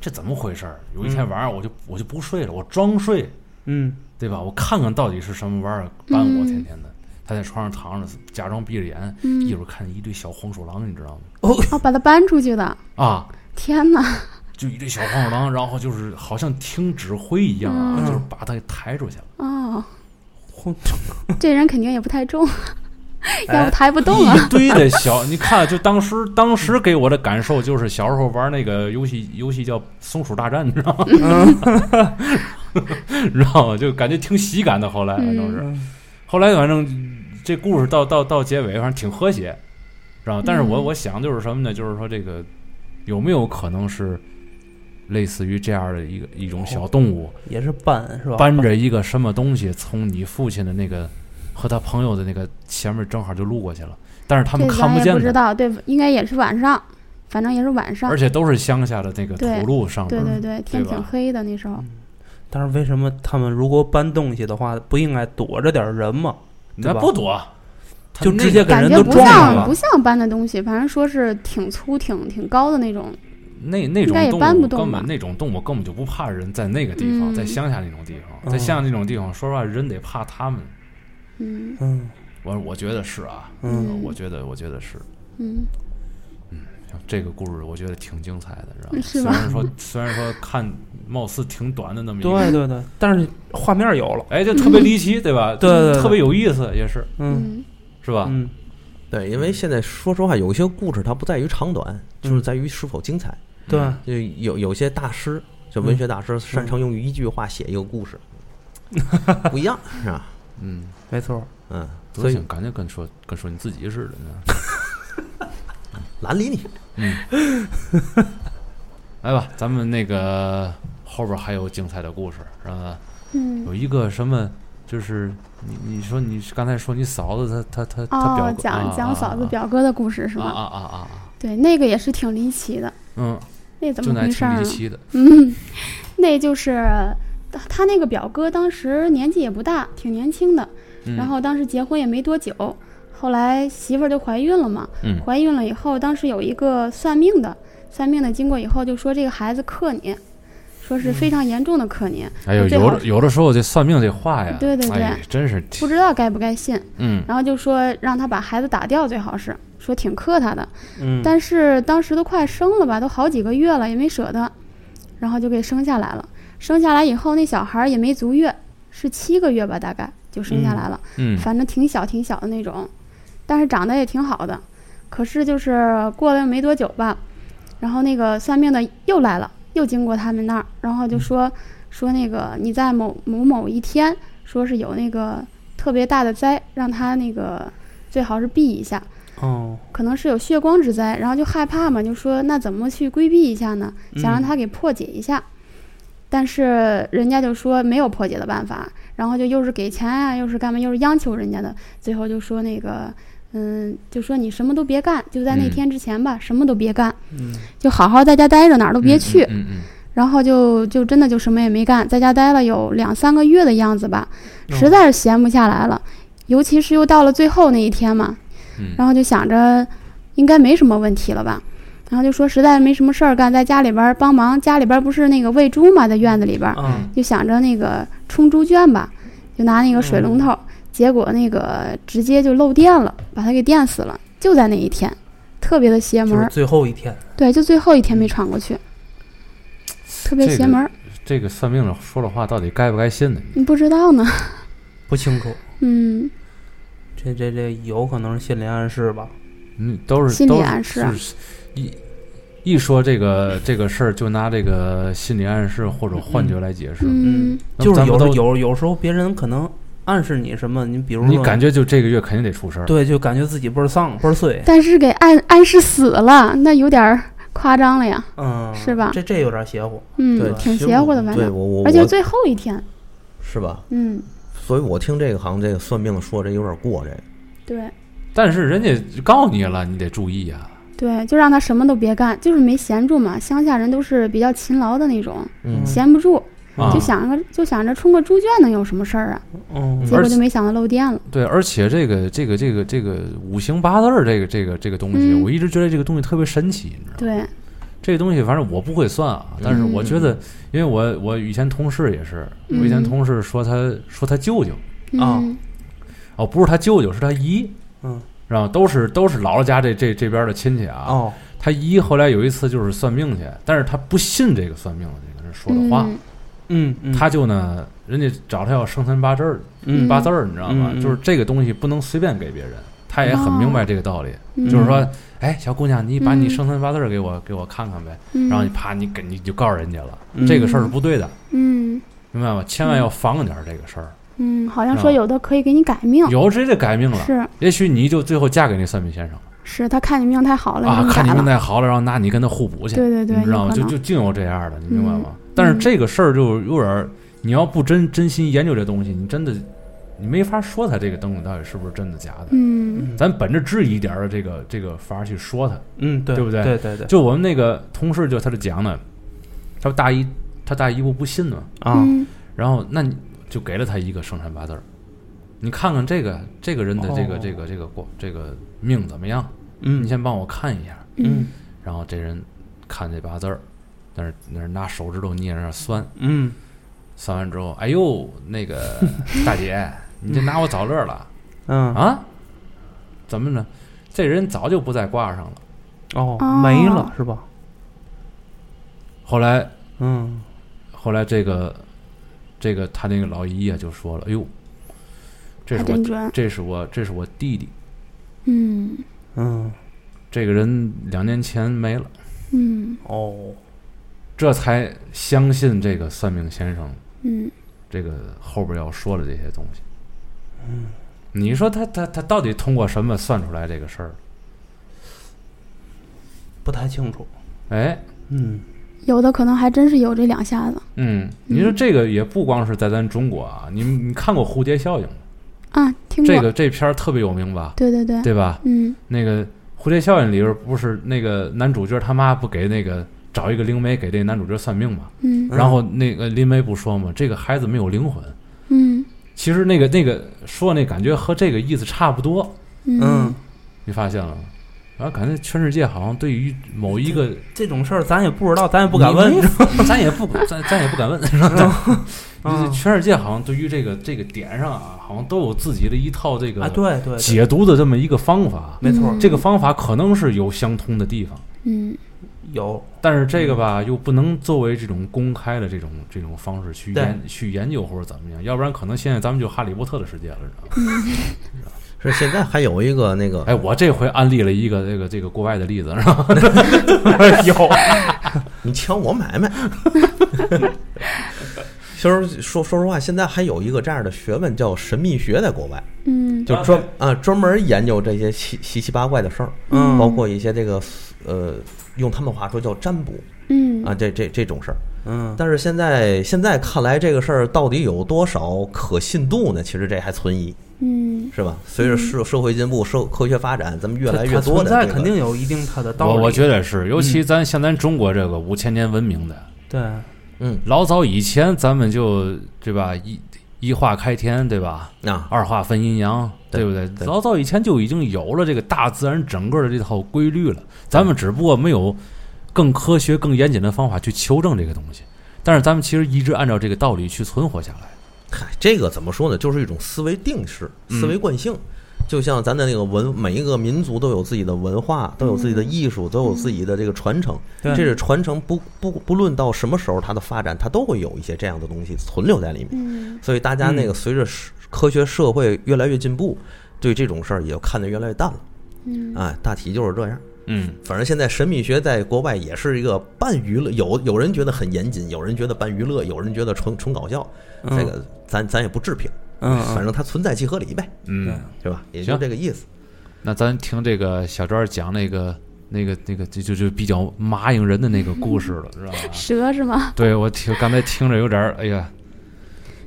S3: 这怎么回事儿？有一天晚上，我就我就不睡了，我装睡，
S2: 嗯
S3: 对吧？我看看到底是什么玩意儿搬我，
S4: 嗯
S3: 天天的。他在床上躺着，假装闭着眼，一
S4: 嗯，
S3: 会儿看见一堆小黄鼠狼，你知道吗？
S4: 哦，把他搬出去的，
S3: 啊，
S4: 天哪！
S3: 就一堆小黄鼠狼，然后就是好像听指挥一样啊，
S4: 嗯
S3: 就是把他给抬出去了。
S4: 哦，
S2: 嚯
S4: 这人肯定也不太重， *laughs* 要
S2: 哎
S4: 不抬不动啊。
S3: 一堆的小，你看，就当时当时给我的感受就是小时候玩那个游戏，游戏叫《松鼠大战》，你知道吗？
S4: 嗯
S3: *laughs* 然后就感觉挺喜感的。后来反正是，
S2: 嗯
S3: 后来反正这故事到到到结尾，反正挺和谐，知道吗？但是我
S4: 嗯
S3: 我想就是什么呢？就是说这个有没有可能是类似于这样的一个一种小动物，
S2: 也是搬是吧？
S3: 搬着一个什么东西从你父亲的那个和他朋友的那个前面正好就路过去了，但是 *laughs* 他们
S4: 这
S3: 看
S4: 咱
S3: 不
S4: 也
S3: 见
S4: 不
S3: 它
S4: 知。道，对，应该也是晚上，反正也是晚上
S3: 而。且都是乡下的那个
S4: 对
S3: 土路上
S4: 对
S3: 边
S4: 对
S3: 儿
S4: 对，天
S3: 对吧嗯
S4: 挺黑的那时候。
S2: 但是为什么他们如果搬东西的话，不应该躲着点儿人吗？对
S3: 那
S2: 吧
S3: 不啊躲，他
S2: 就
S3: 那
S2: 直接
S3: 个
S2: 给
S4: 感
S2: 人
S4: 觉
S2: 都
S4: 不
S2: 撞
S4: 像
S2: 了
S4: 不像搬的东西，反正说是挺粗挺挺高的那种。
S3: 那那
S4: 应该
S3: 种
S4: 也
S3: 动
S4: 搬
S3: 物
S4: 不动
S3: 根
S4: 吧
S3: 本那种动物根本就不怕人，在那个地方，
S4: 嗯
S3: 在乡下那种地方，
S2: 嗯
S3: 在乡下那种地方，说实话，人得怕他们。
S4: 嗯
S2: 嗯
S3: 我我觉得是啊，
S2: 嗯
S3: 我觉得我觉得是。
S4: 嗯，
S3: 像这个故事我觉得挺精彩的，知道
S4: 嗯是
S3: 虽
S4: 吧
S3: 然说 *laughs* 虽然说看貌似挺短的那么一
S2: 对
S3: 个，
S2: 对对，但是画面有了，
S3: 哎，就特别离奇，对吧？
S2: 对对对
S3: 特别有意思，也是
S2: 嗯
S4: 嗯
S3: 是吧？
S2: 嗯
S1: 对，因为现在说实话，有些故事它不在于长短，就是在于是否精彩。
S2: 对，
S3: 嗯
S1: 就有有些大师，就文学大师，擅长用一句话写一个故 *laughs* 事，不一样是吧？
S3: 嗯，
S2: 没错，
S1: 嗯，
S3: 所
S1: 所
S3: 以
S1: 以
S3: 感觉跟说跟说你自己似的 *laughs* 呢。
S1: 懒理你。
S3: 嗯来吧，咱们那个后边还有精彩的故事，是吧？
S4: 嗯。
S3: 有一个什么，就是你你说你刚才说你嫂子她她她她表
S4: 哦，
S3: 哥
S4: 讲
S3: 啊
S4: 讲嫂子表哥的故事是
S3: 啊
S4: 吧？
S3: 啊啊啊啊，
S4: 对，那个也是挺离奇的。
S3: 嗯，
S4: 那怎
S3: 就
S4: 么
S3: 那
S4: 回事
S3: 挺
S4: 儿
S3: 离
S4: 呢？
S3: 奇的，
S4: 嗯，那就是他他那个表哥当时年纪也不大，挺年轻的，
S3: 嗯
S4: 然后当时结婚也没多久，后来媳妇儿就怀孕了嘛。
S3: 嗯
S4: 怀孕了以后，当时有一个算命的，算命的经过以后就说这个孩子克你，说是
S3: 嗯
S4: 非常严重的克你，
S3: 哎呦，
S4: 最
S3: 有
S4: 好
S3: 的有的时候这算命这话呀，
S4: 对对对
S3: 哎真是
S4: 不知道该不该信。
S3: 嗯
S4: 然后就说让他把孩子打掉最好是，说挺克他的。
S2: 嗯，
S4: 但是当时都快生了吧，都好几个月了，也没舍得，然后就给生下来了。生下来以后，那小孩儿也没足月，是七个月吧，大概就生下来了，
S3: 嗯
S4: 反正挺小挺小的那种，但是长得也挺好的。可是就是过了没多久吧，然后那个算命的又来了，又经过他们那儿，然后就说说那个你在某某某一天，说是有那个特别大的灾，让他那个最好是避一下，
S2: 哦，
S4: 可能是有血光之灾，然后就害怕嘛，就说那怎么去规避一下呢？想让
S2: 嗯
S4: 他给破解一下，但是人家就说没有破解的办法，然后就又是给钱啊，又是干嘛，又是央求人家的，最后就说那个，嗯，就说你什么都别干，就在那
S3: 嗯
S4: 天之前吧，什么都别干，
S2: 嗯，
S4: 就好好在家待着，哪儿都别去。
S3: 嗯嗯
S4: 然后就就真的就什么也没干，在家待了有两三个月的样子吧，
S3: 哦
S4: 实
S2: 嗯
S4: 在是闲不下来了，尤其是又到了最后那一天嘛，
S3: 嗯
S4: 然后就想着应该没什么问题了吧，然后就说实在没什么事儿干，在家里边儿帮忙，家里边儿不是那个喂猪嘛，在院子里边儿，
S2: 嗯，
S4: 就想着那个冲猪圈吧，就拿那个水龙头，结果那个直接就漏电了，把它给电死了，就在那一天，特别的邪门
S2: 就
S4: 儿
S2: 是，最后一天，
S4: 对，就最后一天没闯过去，特别
S3: 这
S4: 邪
S3: 个
S4: 门儿，
S3: 这个算命的说的话到底该不该信呢？
S4: 你不知道呢，
S2: 不清楚，
S4: 嗯，
S2: 这这这有可能是心理暗示吧？
S3: 嗯，都是
S4: 心理
S3: 都是
S4: 暗示啊
S3: 是一一说这个这个事儿，就拿这个心理暗示或者幻觉来解释。
S4: 嗯，
S3: 那
S2: 就是
S3: 咱们
S2: 有
S3: 都
S2: 时有有时候别人可能暗示你什么，你比如说
S3: 你感觉就这个月肯定得出事儿。
S2: 对，就感觉自己倍儿丧倍儿碎，
S4: 但是给暗暗示死了，那有点儿夸张了呀，
S2: 嗯，
S4: 是吧
S2: 这这有点邪乎，
S1: 对
S4: 嗯，，挺
S1: 其实
S4: 邪乎
S1: 我
S4: 的，反
S1: 对
S4: 正，
S1: 我我
S4: 而且
S1: 我
S4: 最后一天，
S1: 是吧？
S4: 嗯，
S1: 所以我听这个好像这个算命的说这有点过这个。
S4: 对
S3: 但是人
S2: 嗯
S3: 家告你了，你得注意啊。
S4: 对，就让他什么都别干，就是没闲住嘛。乡下人都是比较勤劳的那种，
S1: 嗯
S4: 闲不住，
S3: 啊
S4: 嗯就想着就想着冲个猪圈能有什么事儿啊？
S2: 嗯
S4: 结果
S3: 而嗯
S4: 就
S3: 且
S4: 没想到漏电了。
S3: 对，而且这个这个这个这个五行八字儿这个这个这个东西，
S4: 嗯
S3: 我一直觉得这个东西特别神奇，你知道吗？
S4: 对，
S3: 这个东西反正我不会算啊，但是我觉得，因为我我以前同事也是，我以前
S4: 嗯
S3: 同事说他说他舅舅
S2: 啊
S4: 嗯，
S3: 哦，不是他舅舅，是他姨，
S2: 嗯，
S3: 然后都是都是姥姥家这这这边的亲戚啊。
S2: 哦，
S3: 他姨后来有一次就是算命去，但是他不信这个算命的这个人说的话，
S4: 嗯
S2: 嗯，嗯
S3: 他就呢，人家找他要生辰八字儿
S2: 嗯
S3: 八字儿，你知道吗？
S2: 嗯嗯
S3: 就是这个东西不能随便给别人，他也很明白这个道理，
S4: 嗯
S3: 就是说，哎，小姑娘，你把你
S4: 嗯
S3: 生辰八字儿给我给我看看呗，
S4: 嗯
S3: 然后你啪，你给你就告诉人家了，
S2: 嗯
S3: 这个事儿是不对的，
S4: 嗯
S3: 明白吗？千万要防着点儿这个事儿，
S4: 嗯，好像
S3: 是
S4: 说
S3: 吧
S4: 有的可以给你改命，
S3: 有直接就改命了，
S4: 是
S3: 也许你就最后嫁给那算命先生
S4: 是，他看你命太好了，
S3: 啊，
S4: 给
S3: 看
S4: 改
S3: 你命
S4: 了。
S3: 太好了，然后那你跟他互补去，
S4: 对对对，
S3: 你知道
S4: 有
S3: 吗？
S4: 可
S3: 就
S4: 能
S3: 就竟有这样的，你明白吗？但是
S4: 嗯
S3: 这个事儿就有点儿，你要不真真心研究这东西，你真的你没法说它这个东西到底是不是真的假的。
S4: 嗯
S3: 咱本着质疑点儿的这个这个法儿去说它。
S2: 嗯，对
S3: 对不对
S2: 对对对，
S3: 就我们那个同事就他就讲呢，他大姨他大姨夫不信嘛，
S2: 啊，
S4: 嗯
S3: 然后那你就给了他一个生辰八字儿，你看看这个这个人的这个、这个这个过这个命怎么样？你
S2: 嗯
S3: 先帮我看一下。
S2: 嗯
S3: 然后这人看这八字儿，那是那是拿手指头捏着那儿酸。
S2: 嗯，
S3: 算完之后，哎呦，
S2: *laughs*
S3: 那个大姐，你这拿我找乐儿了
S2: 嗯
S3: 啊？怎么呢？这人早就不在卦上了。
S2: 哦
S4: 哦，
S2: 没了是吧？
S3: 后来，
S2: 嗯，
S3: 后来这个这个他那个老姨啊就说了，哎呦，这
S4: 还
S3: 是
S4: 真
S3: 我
S4: 准，
S3: 这是我这是我弟弟，
S4: 嗯
S2: 嗯，
S3: 这个人两年前没了，
S4: 嗯
S2: 哦，
S3: 这才相信这个算命先生
S4: 嗯
S3: 这个后边要说的这些东西。嗯，你说他他他到底通过什么算出来这个事儿？
S2: 不太清楚，
S3: 哎，
S2: 嗯，
S4: 有的可能还真是有这两下子
S3: 嗯，你说这个也不光是在咱中国啊，你你看过《蝴蝶效应》吗？
S4: 啊，听过，
S3: 这个这片儿特别有名吧？
S4: 对对对，
S3: 对吧？
S4: 嗯
S3: 那个《蝴蝶效应》里边不是那个男主角他妈不给那个找一个灵媒给这男主角算命嘛？
S4: 嗯
S2: 嗯
S3: 然后那个灵媒不说嘛，这个孩子没有灵魂。
S4: 嗯
S3: 其实那个那个说那感觉和这个意思差不多，
S2: 嗯
S4: 嗯，，
S3: 你发现了吗？然后感觉全世界好像对于某一个
S2: 这种事儿咱也不知道，咱也 *laughs* 不敢问
S3: 你，
S2: *laughs*
S3: 没咱也不咱咱也不敢问， *laughs* 是吧？就是全世界好像对于这个这个点上啊，好像都有自己的一套这
S2: 啊，
S3: 个
S2: 对对，对
S3: 解读的这么一个方法。
S2: 没错
S4: 嗯
S3: 这个方法可能是有相通的地方，
S4: 嗯
S2: 有，
S3: 但是这个吧
S2: 嗯
S3: 又不能作为这种公开的这种这种方式去
S2: 对
S3: 研去研究或者怎么样，要不然可能现在咱们就哈利波特的世界了，知道吗？
S1: 是现在还有一个那个
S3: 哎，我这回安利了一个这个这个国外的例子，是吧？
S2: 有，
S1: 你抢我买卖。其实说说实话，现在还有一个这样的学问叫神秘学，在国外
S4: 嗯
S1: 就专啊专门研究这些稀稀奇八怪的事儿，
S2: 嗯
S1: 包括一些这个呃，用他们话说叫占卜
S4: 嗯
S1: 啊，这这这种事儿。
S2: 嗯，
S1: 但是现在现在看来，这个事儿到底有多少可信度呢？其实这还存疑，
S4: 嗯
S1: 是吧？随着社社会进步、社科学发展，咱们越来越
S2: 它
S1: 多
S2: 存
S1: 的
S2: 在
S1: 这个
S2: 肯定有一定它的道
S3: 我
S2: 理。
S3: 我觉得是，尤其咱像咱中国这个五千年文明的，
S2: 对，
S1: 嗯
S3: 老早以前咱们就对吧一一化开天，对吧？
S1: 啊，
S3: 二化分阴阳，
S1: 对
S3: 对不对？
S1: 对
S3: 老早以前就已经有了这个大自然整个的这套规律了，咱们只不过没有更科学、更严谨的方法去求证这个东西。但是咱们其实一直按照这个道理去存活下来。
S1: 嗨，这个怎么说呢？就是一种思维定式、
S3: 嗯
S1: 思维惯性。就像咱的那个文，每一个民族都有自己的文化，都有自己的艺术，都有自己的这个传承。
S2: 对
S1: 这是传承不不不论到什么时候它的发展，它都会有一些这样的东西存留在里面。
S4: 嗯
S1: 所以大家那个随着是科学社会越来越进步，对这种事儿也看得越来越淡了。
S4: 嗯
S1: 哎，大体就是这样。
S3: 嗯，
S1: 反正现在神秘学在国外也是一个半娱乐，有有人觉得很严谨，有人觉得半娱乐，有人觉得纯纯搞笑。
S2: 嗯
S1: 这个咱咱也不置评，
S2: 嗯
S1: 反正它存在即合理呗，
S3: 嗯
S2: 对
S1: 对吧？也就
S3: 行
S1: 这个意思。
S3: 那咱听这个小庄讲那个那个那个，就就就比较麻应人的那个故事了，知道吧？
S4: 蛇是吗？
S3: 对我听刚才听着有点儿，哎呀，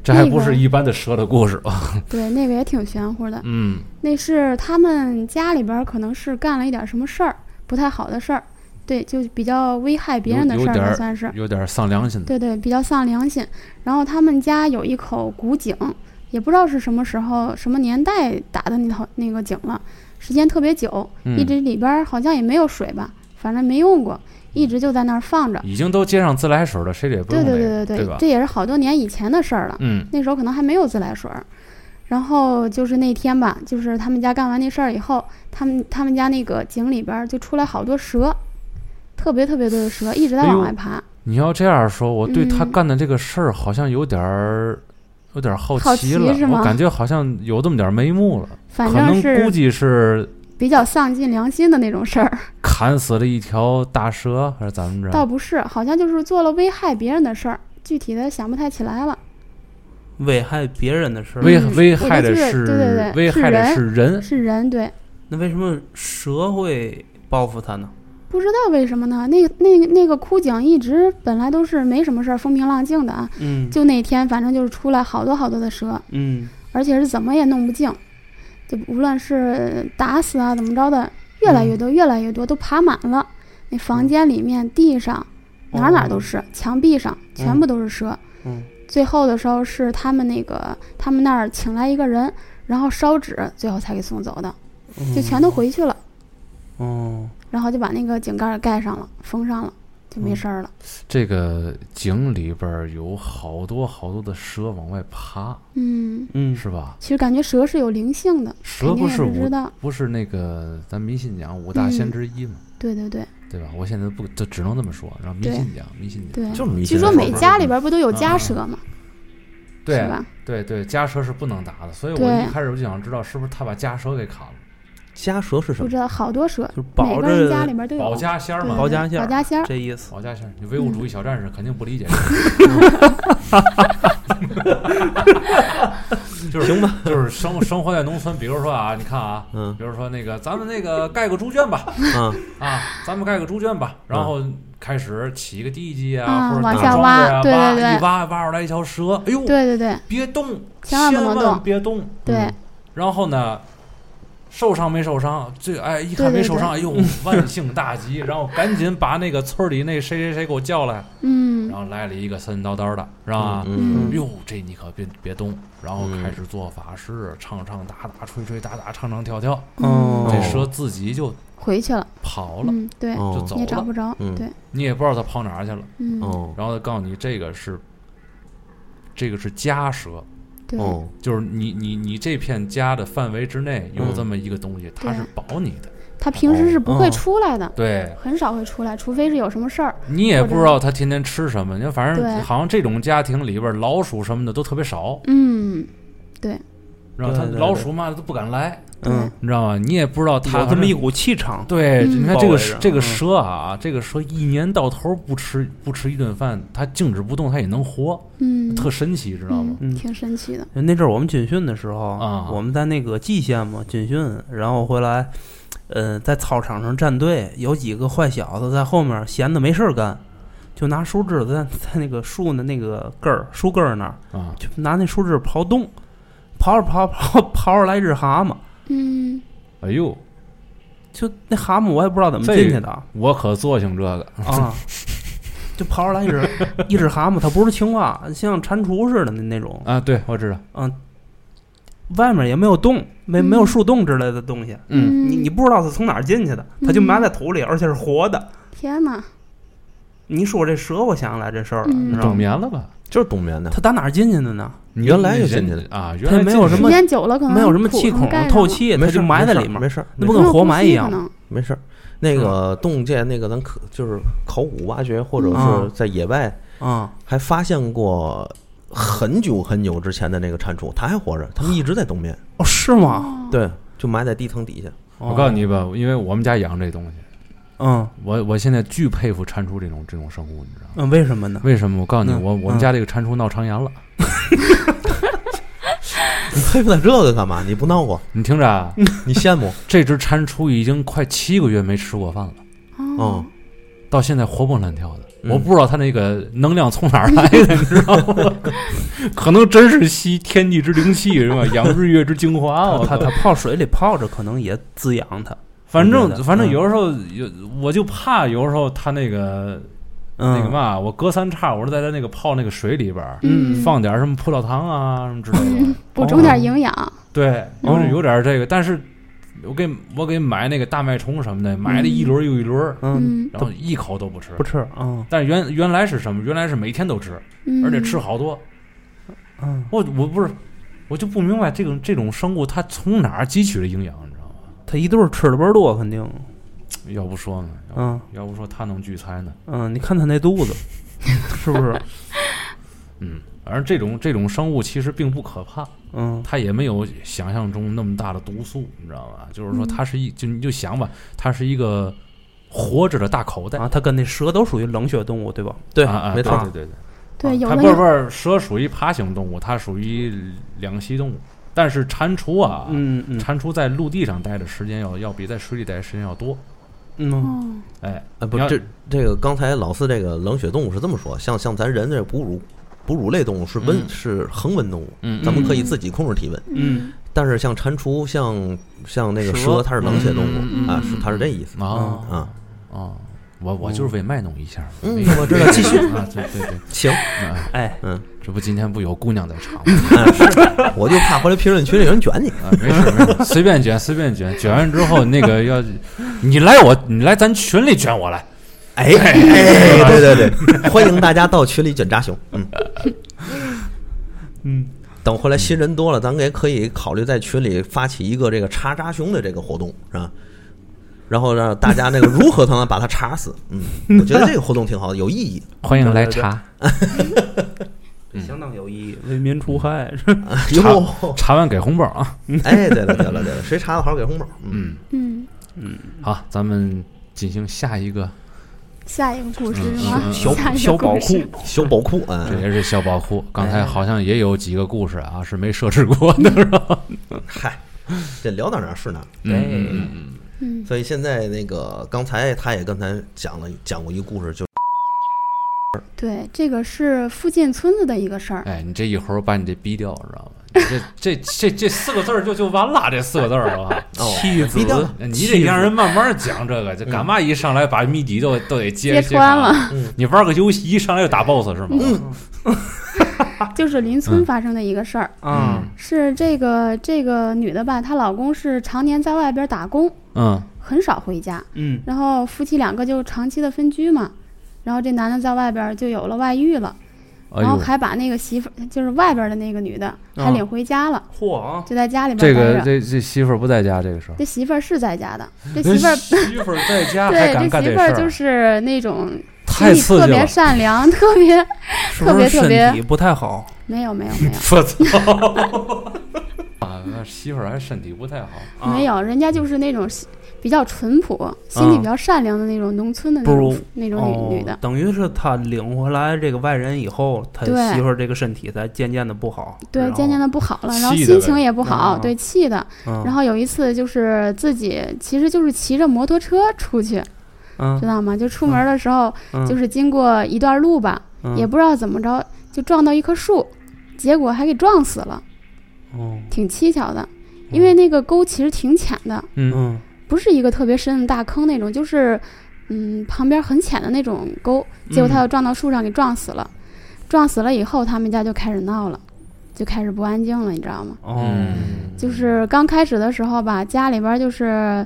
S3: 这还不是一般的蛇的故事啊吧？
S4: 对，那个也挺玄乎的。
S3: 嗯
S4: 那是他们家里边儿可能是干了一点儿什么事儿，不太好的事儿，对，就比较危害别人的
S3: 有有
S4: 事儿
S3: 点
S4: 吧，
S3: 儿
S4: 算是。
S3: 嗯有点儿丧良心的。
S4: 对对，比较丧良心。然后他们家有一口古井，也不知道是什么时候、什么年代打的那头那个井了，时间特别久，一
S3: 嗯，
S4: 直里边儿好像也没有水吧，反正没用过，一直就在那儿放着。
S3: 嗯已经都接上自来水了，谁也不
S4: 对
S3: 用那
S4: 对
S3: 个，
S4: 对对
S3: 吧
S4: 这？也是好多年以前的事儿了。
S3: 嗯
S4: 那时候可能还没有自来水儿。然后就是那天吧，就是他们家干完那事儿以后，他们他们家那个井里边儿就出来好多蛇，特别特别多的蛇，一直在
S3: 哎呦
S4: 往外爬。
S3: 你要这样说，我对他
S4: 嗯
S3: 干的这个事儿好像有点儿，有点儿好
S4: 嗯好
S3: 奇
S4: 奇
S3: 了。
S4: 是吗
S3: 我感觉好像有这么点儿眉目了，
S4: 反
S3: 可
S4: 正
S3: 能估
S4: 是
S3: 计是
S4: 比较丧尽良心的那种事儿，
S3: 砍死了一条大蛇，还是咱们这
S4: 倒
S3: 儿？
S4: 不是，好像就是做了危害别人的事儿，具体的想不太起来了。
S2: 危害别人的事儿。
S3: 危
S4: 嗯
S3: 危害的
S4: 我觉得
S3: 是
S4: 是对对对
S3: 危
S4: 是
S3: 害的
S4: 人
S3: 是人，
S4: 是人对，
S2: 那为什么蛇会报复他呢？
S4: 不知道为什么呢？那个那个那个枯井一直本来都是没什么事儿，风平浪静的啊，
S2: 嗯
S4: 就那天反正就是出来好多好多的蛇，
S2: 嗯，
S4: 而且是怎么也弄不净，就无论是打死啊怎么着的，越来越多，越来越多，都爬满了。那房间里面、地上，哪儿哪儿都是，墙壁上全部都是蛇。
S2: 嗯
S4: 最后的时候是他们那个他们那儿请来一个人，然后烧纸，最后才给送走的，
S2: 嗯
S4: 就全都回去了，
S2: 哦，
S4: 然后就把那个井盖儿盖上了，封上了，就没事儿了。
S3: 这个井里边儿有好多好多的蛇往外爬，
S4: 嗯，
S2: 嗯，
S3: 是吧？
S4: 其实感觉蛇是有灵性的，
S3: 蛇
S4: 肯定
S3: 不
S4: 也
S3: 是
S4: 知
S3: 五，
S4: 道。
S3: 不是那个咱迷信讲五大仙之一嘛，
S4: 对对对
S3: 对吧？我现在不就只能这么说，然后迷信讲，迷信讲，
S4: 对，
S1: 就是迷
S4: 嗯据
S1: 信
S4: 说
S1: 的
S4: 每
S1: 说法
S4: 家里边儿不都有
S2: 啊
S4: 家蛇吗？是
S3: 对
S4: 吧？
S3: 对对，家蛇是不能打的，所以我
S4: 对
S3: 一开始我就想知道是不是他把家蛇给砍了，
S1: 家蛇是什
S4: 不
S1: 么？
S4: 知道好多蛇，
S2: 就保
S4: 每个人家
S2: 着
S4: 里边都有
S3: 保家仙儿
S4: 对
S3: 嘛
S2: 保，
S4: 对
S2: 家仙儿
S4: 保家仙儿。
S2: 这意思。
S3: 保家仙儿，你唯物主义小战士肯定不理
S4: *laughs*
S3: 解这 *laughs* 个，就是
S1: 行吧，
S3: 就是生生活在农村，比如说啊，你看啊，
S1: 嗯
S3: 比如说那个咱们那个盖个猪圈吧，
S1: 啊，
S3: 啊，咱们盖个猪圈吧，然后开始起一个地基啊，
S4: 啊
S3: 或者
S4: 往
S3: 打
S4: 下
S3: 桩
S4: 挖
S3: 子呀
S4: 对
S3: 挖
S4: 对对
S3: 一挖挖出来一条蛇，哎呦，
S4: 对对对
S3: 别动，
S4: 千万不能动
S3: 别动。
S4: 对，
S3: 然后呢，受伤没受伤？最哎一看
S4: 对对
S3: 没受伤，哎
S4: *laughs*
S3: 呦，万幸大吉。然后赶紧把那个村里那谁谁谁给我叫来，
S4: 嗯
S3: 然后来了一个神神叨叨的，是
S2: 啊
S3: 吧？
S1: 嗯
S4: 嗯
S3: 哟，这你可别别动！然后
S1: 嗯
S3: 开始做法事，唱唱打打，吹吹打打，唱唱跳跳，
S2: 哦
S3: 这蛇自己就
S4: 嗯回去了，
S3: 跑了，
S4: 嗯，对，
S1: 哦
S3: 就走
S4: 你也找
S3: 了，
S4: 不着
S1: 嗯，
S4: 对，
S3: 你也不知道它跑哪儿去了。
S4: 嗯，
S1: 哦
S3: 然后他告诉你这个是，这个是家蛇，
S4: 对，
S1: 哦，
S3: 就是你你你这片家的范围之内有这么一个东西，它是保你的。
S4: 它平时是不
S1: 哦
S4: 会出来的，
S3: 对
S4: 很少会出来，除非是有什么事儿。
S3: 你也不知道它天天吃什么，你看反正
S4: 对
S3: 好像这种家庭里边老鼠什么的都特别少，
S4: 嗯，
S3: 知道吧
S2: 对
S3: 他
S2: 对
S3: 老鼠嘛都不敢来，
S2: 嗯，
S3: 你知道吗？你也不知道它
S2: 有这么一股气场，
S3: 对，
S4: 嗯
S3: 你看
S2: 包
S3: 这
S2: 围
S3: 个
S2: 着
S3: 这个
S2: 嗯
S3: 蛇啊，这个蛇一年到头不吃不吃一顿饭，它静止不动，它也能活，
S4: 嗯，
S3: 特神奇，知道吗？
S4: 嗯
S2: 嗯
S4: 挺神奇的，
S2: 那阵儿我们军训的时候
S3: 啊
S2: 我们在那个蓟县嘛军训，然后回来，呃，在操场上站队，有几个坏小子在后面闲的没事儿干，就拿树枝子在 *laughs* 在那个树的那个根儿树根儿那儿，
S4: 嗯
S3: 啊，
S2: 就拿那树枝刨洞，刨着刨着刨着刨着来一只蛤蟆，
S4: 嗯，
S3: 哎呦，
S2: 就那蛤蟆我也不知道怎么
S3: 这
S2: 进去的啊
S3: 我可做性这个，
S2: 啊。就刨出来一只
S1: *laughs*
S2: 一只蛤蟆，它不是青蛙，像蟾蜍似的那那种，
S3: 啊，对我知道，
S2: 外面也没有洞，没没有
S4: 嗯
S2: 树洞之类的东西，
S3: 嗯，
S2: 你你不知道它从哪儿进去的，它就
S4: 嗯
S2: 埋在土里，而且是活的。
S4: 天哪，
S2: 你说这蛇，我想起来这事儿了，
S4: 嗯
S2: 你知道
S3: 冬
S2: 吗？
S3: 眠了吧？
S1: 就是冬眠的，
S2: 它打哪儿进去的呢？
S3: 你
S1: 原来就
S3: 人
S1: 进去
S3: 啊，原
S2: 它
S3: 来
S2: 没
S3: 进
S2: 有
S3: 去
S2: 什
S4: 时
S2: 么
S4: 间久了可能
S2: 没有什么
S4: 土
S2: 气孔
S4: 能盖
S2: 透
S4: 上了，
S2: 气，它
S1: 没事
S2: 就
S1: 儿
S2: 埋在
S1: 没事
S2: 里
S1: 儿
S2: 面
S1: 没，事儿
S2: 那
S1: 没
S2: 不嗯
S1: 事
S2: 跟
S4: 没有
S2: 活
S4: 呼
S2: 埋
S4: 吸
S2: 一
S4: 可
S2: 样吗？
S4: 能哦
S1: 没事儿。那个洞界那个咱可就是考古挖掘，或者是
S2: 嗯
S1: 在野外
S2: 啊，
S1: 还发现过很久很久之前的那个蟾蜍，它还活着，它们一直在冬眠。
S2: 哦，是吗？
S4: 哦
S1: 对，就埋在地层底下。 *laughs*
S3: 我告诉你吧，因为我们家养这东西，
S2: 哦，
S3: 我我现在巨佩服蟾蜍这种这种生物，你知道吗？
S2: 嗯嗯，为什么呢？
S3: 为什么？我告诉你，
S2: 嗯
S3: 我我们家这个蟾蜍闹肠炎了，
S1: 你佩服它这个干嘛？你不闹过，
S3: 你听着啊，
S1: 你羡慕？
S3: 这只蟾蜍已经快七个月没吃过饭了。
S1: 哦
S4: 哦，
S3: 到现在活蹦乱跳的，
S1: 嗯
S3: 我不知道他那个能量从哪儿来的，你知道吗？ *laughs* 可能真是吸天地之灵气是吧？养日月之精华，我
S2: 它
S3: 靠
S2: 它泡水里泡着，可能也滋养它。
S3: 反
S2: 我觉
S3: 正
S2: 得
S3: 反正
S2: 嗯
S3: 有时候有，我就怕有时候他那个那个
S2: 嗯，
S3: 嘛，我隔三差五的在他那个泡那个水里边儿
S4: 嗯，
S3: 放点儿什么葡萄糖啊什么之类的
S4: *laughs* 嗯，补充点营养，
S3: 对，有
S2: 哦
S3: 点有点儿这个，但是我给我给买那个大脉虫什么的，买了一轮儿又一轮儿，
S2: 嗯，
S4: 嗯
S3: 然后一口都不吃
S2: 不。吃，嗯
S3: 但原原来是什么？原来是每天都吃，
S4: 嗯，
S3: 而且吃好多。
S2: 嗯，
S3: 我我不是，我就不明白这种这种生物它从哪儿汲取的营养，你知道吗？
S2: 它一顿儿吃的倍儿多，肯定。
S3: 要不说呢，要
S2: 嗯
S3: 要不说它能聚餐呢，
S2: 嗯，你看它那
S4: *laughs*
S2: 肚子，是不是？
S3: 嗯，反正这种这种生物其实并不可怕，
S2: 嗯
S3: 它也没有想象中那么大的毒素，你知道吗？就是说
S4: 嗯
S3: 它是一就你就想吧，它是一个活着的大口袋。
S2: 啊，它跟那蛇都属于冷血动物，对吧？
S1: 对
S3: 啊啊，
S1: 没错
S3: 对
S1: 儿。
S3: 对对对，
S4: 对，有
S3: 它
S4: 了
S3: 不是不是蛇属于爬行动物，它属于两栖动物，但是蟾蜍啊，
S2: 嗯嗯
S3: 蟾蜍在陆地上待的时间要要比在水里待的时间要多，
S2: 嗯，
S4: 哦，
S3: 哎，
S1: 啊，不
S3: 你，要
S1: 这这个刚才老四这个冷血动物是这么说，像像咱人这哺乳哺乳类动物是温、
S3: 嗯
S1: 是恒温动物，
S3: 嗯
S1: 咱们可以自己控制体温。
S2: 嗯
S1: 但是像蟾蜍、像像那个蛇，
S2: 蛇
S1: 它是冷血动物、
S3: 嗯嗯嗯
S1: 啊，
S3: 嗯
S1: 是它是这意思
S3: 啊
S1: 啊。
S3: 啊，我我就是为卖弄一下，
S1: 嗯
S3: 那个
S1: 我知道 *laughs* 继续
S3: *laughs* 啊，对对对，
S1: 行，
S3: 啊，
S2: 哎，
S1: 嗯，
S3: 这不今天不有姑娘在场吗？
S1: 哎是我就怕回来评论区里有人卷你。
S3: 啊，没事没事，随便卷随便卷，卷完之后那个要你来我你来咱群里卷我来，
S1: 哎，哎对对
S3: *laughs*
S1: 对，欢迎大家到群里卷扎熊。嗯，
S2: 嗯，
S1: 等回来新人多了，咱们也可以考虑在群里发起一个这个查扎熊的这个活动，是吧？然后让大家那个如何才能把它查
S3: *laughs*
S1: 死？嗯，我觉得这个活动挺好的，有意义。
S3: 欢迎来
S2: 对对对
S3: 查
S2: 这相当有意义，为民除害。
S4: 嗯
S1: 哟，
S3: 查完给红包啊，
S1: 哎，对了对了对了，谁查的好给红包。嗯，
S3: 嗯，
S4: 嗯，
S3: 好，咱们进行下一个，
S4: 下一个故事是吗？
S3: 嗯
S2: 小
S4: 下一
S2: 小
S4: 个
S2: 宝
S4: 故事，
S2: 库，
S1: 小宝库啊，
S3: 这也是小宝库，刚
S1: 哎
S3: 才好像也有几个故事啊是没设置过的，是吧？
S1: 嗨，这聊到哪儿是哪儿。
S3: 嗯嗯嗯嗯
S4: 嗯
S1: 所以现在那个刚才他也刚才讲了讲过一个故事，就
S4: 对，这个是附近村子的一个事儿。
S3: 哎，你这一会儿把你这逼掉，知道吗？你这这这这四个字儿就就完了，这四个字儿好吧？ *laughs*
S1: 哦，
S2: 妻子
S1: 低调了，
S3: 你得让人慢慢讲这个，这干嘛一上来把谜底都都得揭
S4: 揭穿了？
S3: 揭开啊你玩个游戏一上来就打 BOSS 是吗？
S4: 就是邻
S2: 嗯
S4: 村发生的一个事儿，
S2: 啊，
S4: 是这个这个女的吧，她老公是常年在外边打工，
S3: 嗯
S4: 很少回家，
S2: 嗯
S4: 然后夫妻两个就长期的分居嘛，然后这男的在外边就有了外遇了，
S3: 哎
S4: 然后
S3: 呦，啊
S4: 还把那个媳妇儿，就是外边的那个女的，还领回家了，
S2: 嚯啊，
S4: 就在家里
S3: 这
S4: 边待着。
S3: 个这这媳妇儿不在家，这个时候
S4: 这媳妇儿是在家的，这媳妇儿
S3: 媳妇儿在家还
S4: *laughs* 对
S3: 敢
S4: 这
S3: 干
S4: 媳妇
S3: 事
S4: 儿
S3: 儿，啊
S4: 就是那种
S3: 太
S4: 心里
S3: 刺
S4: 特
S3: 激
S4: 别
S3: 了。
S4: 善良， *laughs* 特别
S2: 是不是
S4: 特别特别
S2: 身体不太好？
S4: 没有没有没有，
S3: 我操！啊，他媳妇儿还身体不太好，
S2: 啊
S4: 没有，人家就是那种比较淳朴、心
S3: 啊
S4: 地比较善良的那种农村的那
S2: 不是
S4: 种那种
S2: 哦
S4: 女女的。
S2: 等于是他领回来这个外人以后，他
S4: 对
S2: 媳妇儿这个身体才渐渐的不好，
S4: 对，渐渐
S2: 的，
S4: 的不好了，然后
S3: 哦气的呗
S4: 心
S3: 啊
S4: 情也不好，
S2: 嗯
S4: 对，气的。
S2: 嗯、
S4: 然后有一次就是自己，其实就是骑着摩托车出去，知
S2: 嗯，
S4: 道吗？就出门的时候，
S2: 嗯
S4: 就是经过一段路吧，
S2: 嗯
S4: 也不知道怎么着，就撞到一棵树，结果还给撞死了，
S2: 哦
S4: 挺蹊跷的。因为那个沟其实挺浅的，
S3: 嗯，
S2: 嗯
S4: 不是一个特别深的大坑那种，就是嗯旁边很浅的那种沟，结果他又撞到树上给撞死了。撞死了以后，他们家就开始闹了，就开始不安静了，你知道吗？
S2: 哦
S3: 嗯
S4: 就是刚开始的时候吧，家里边就是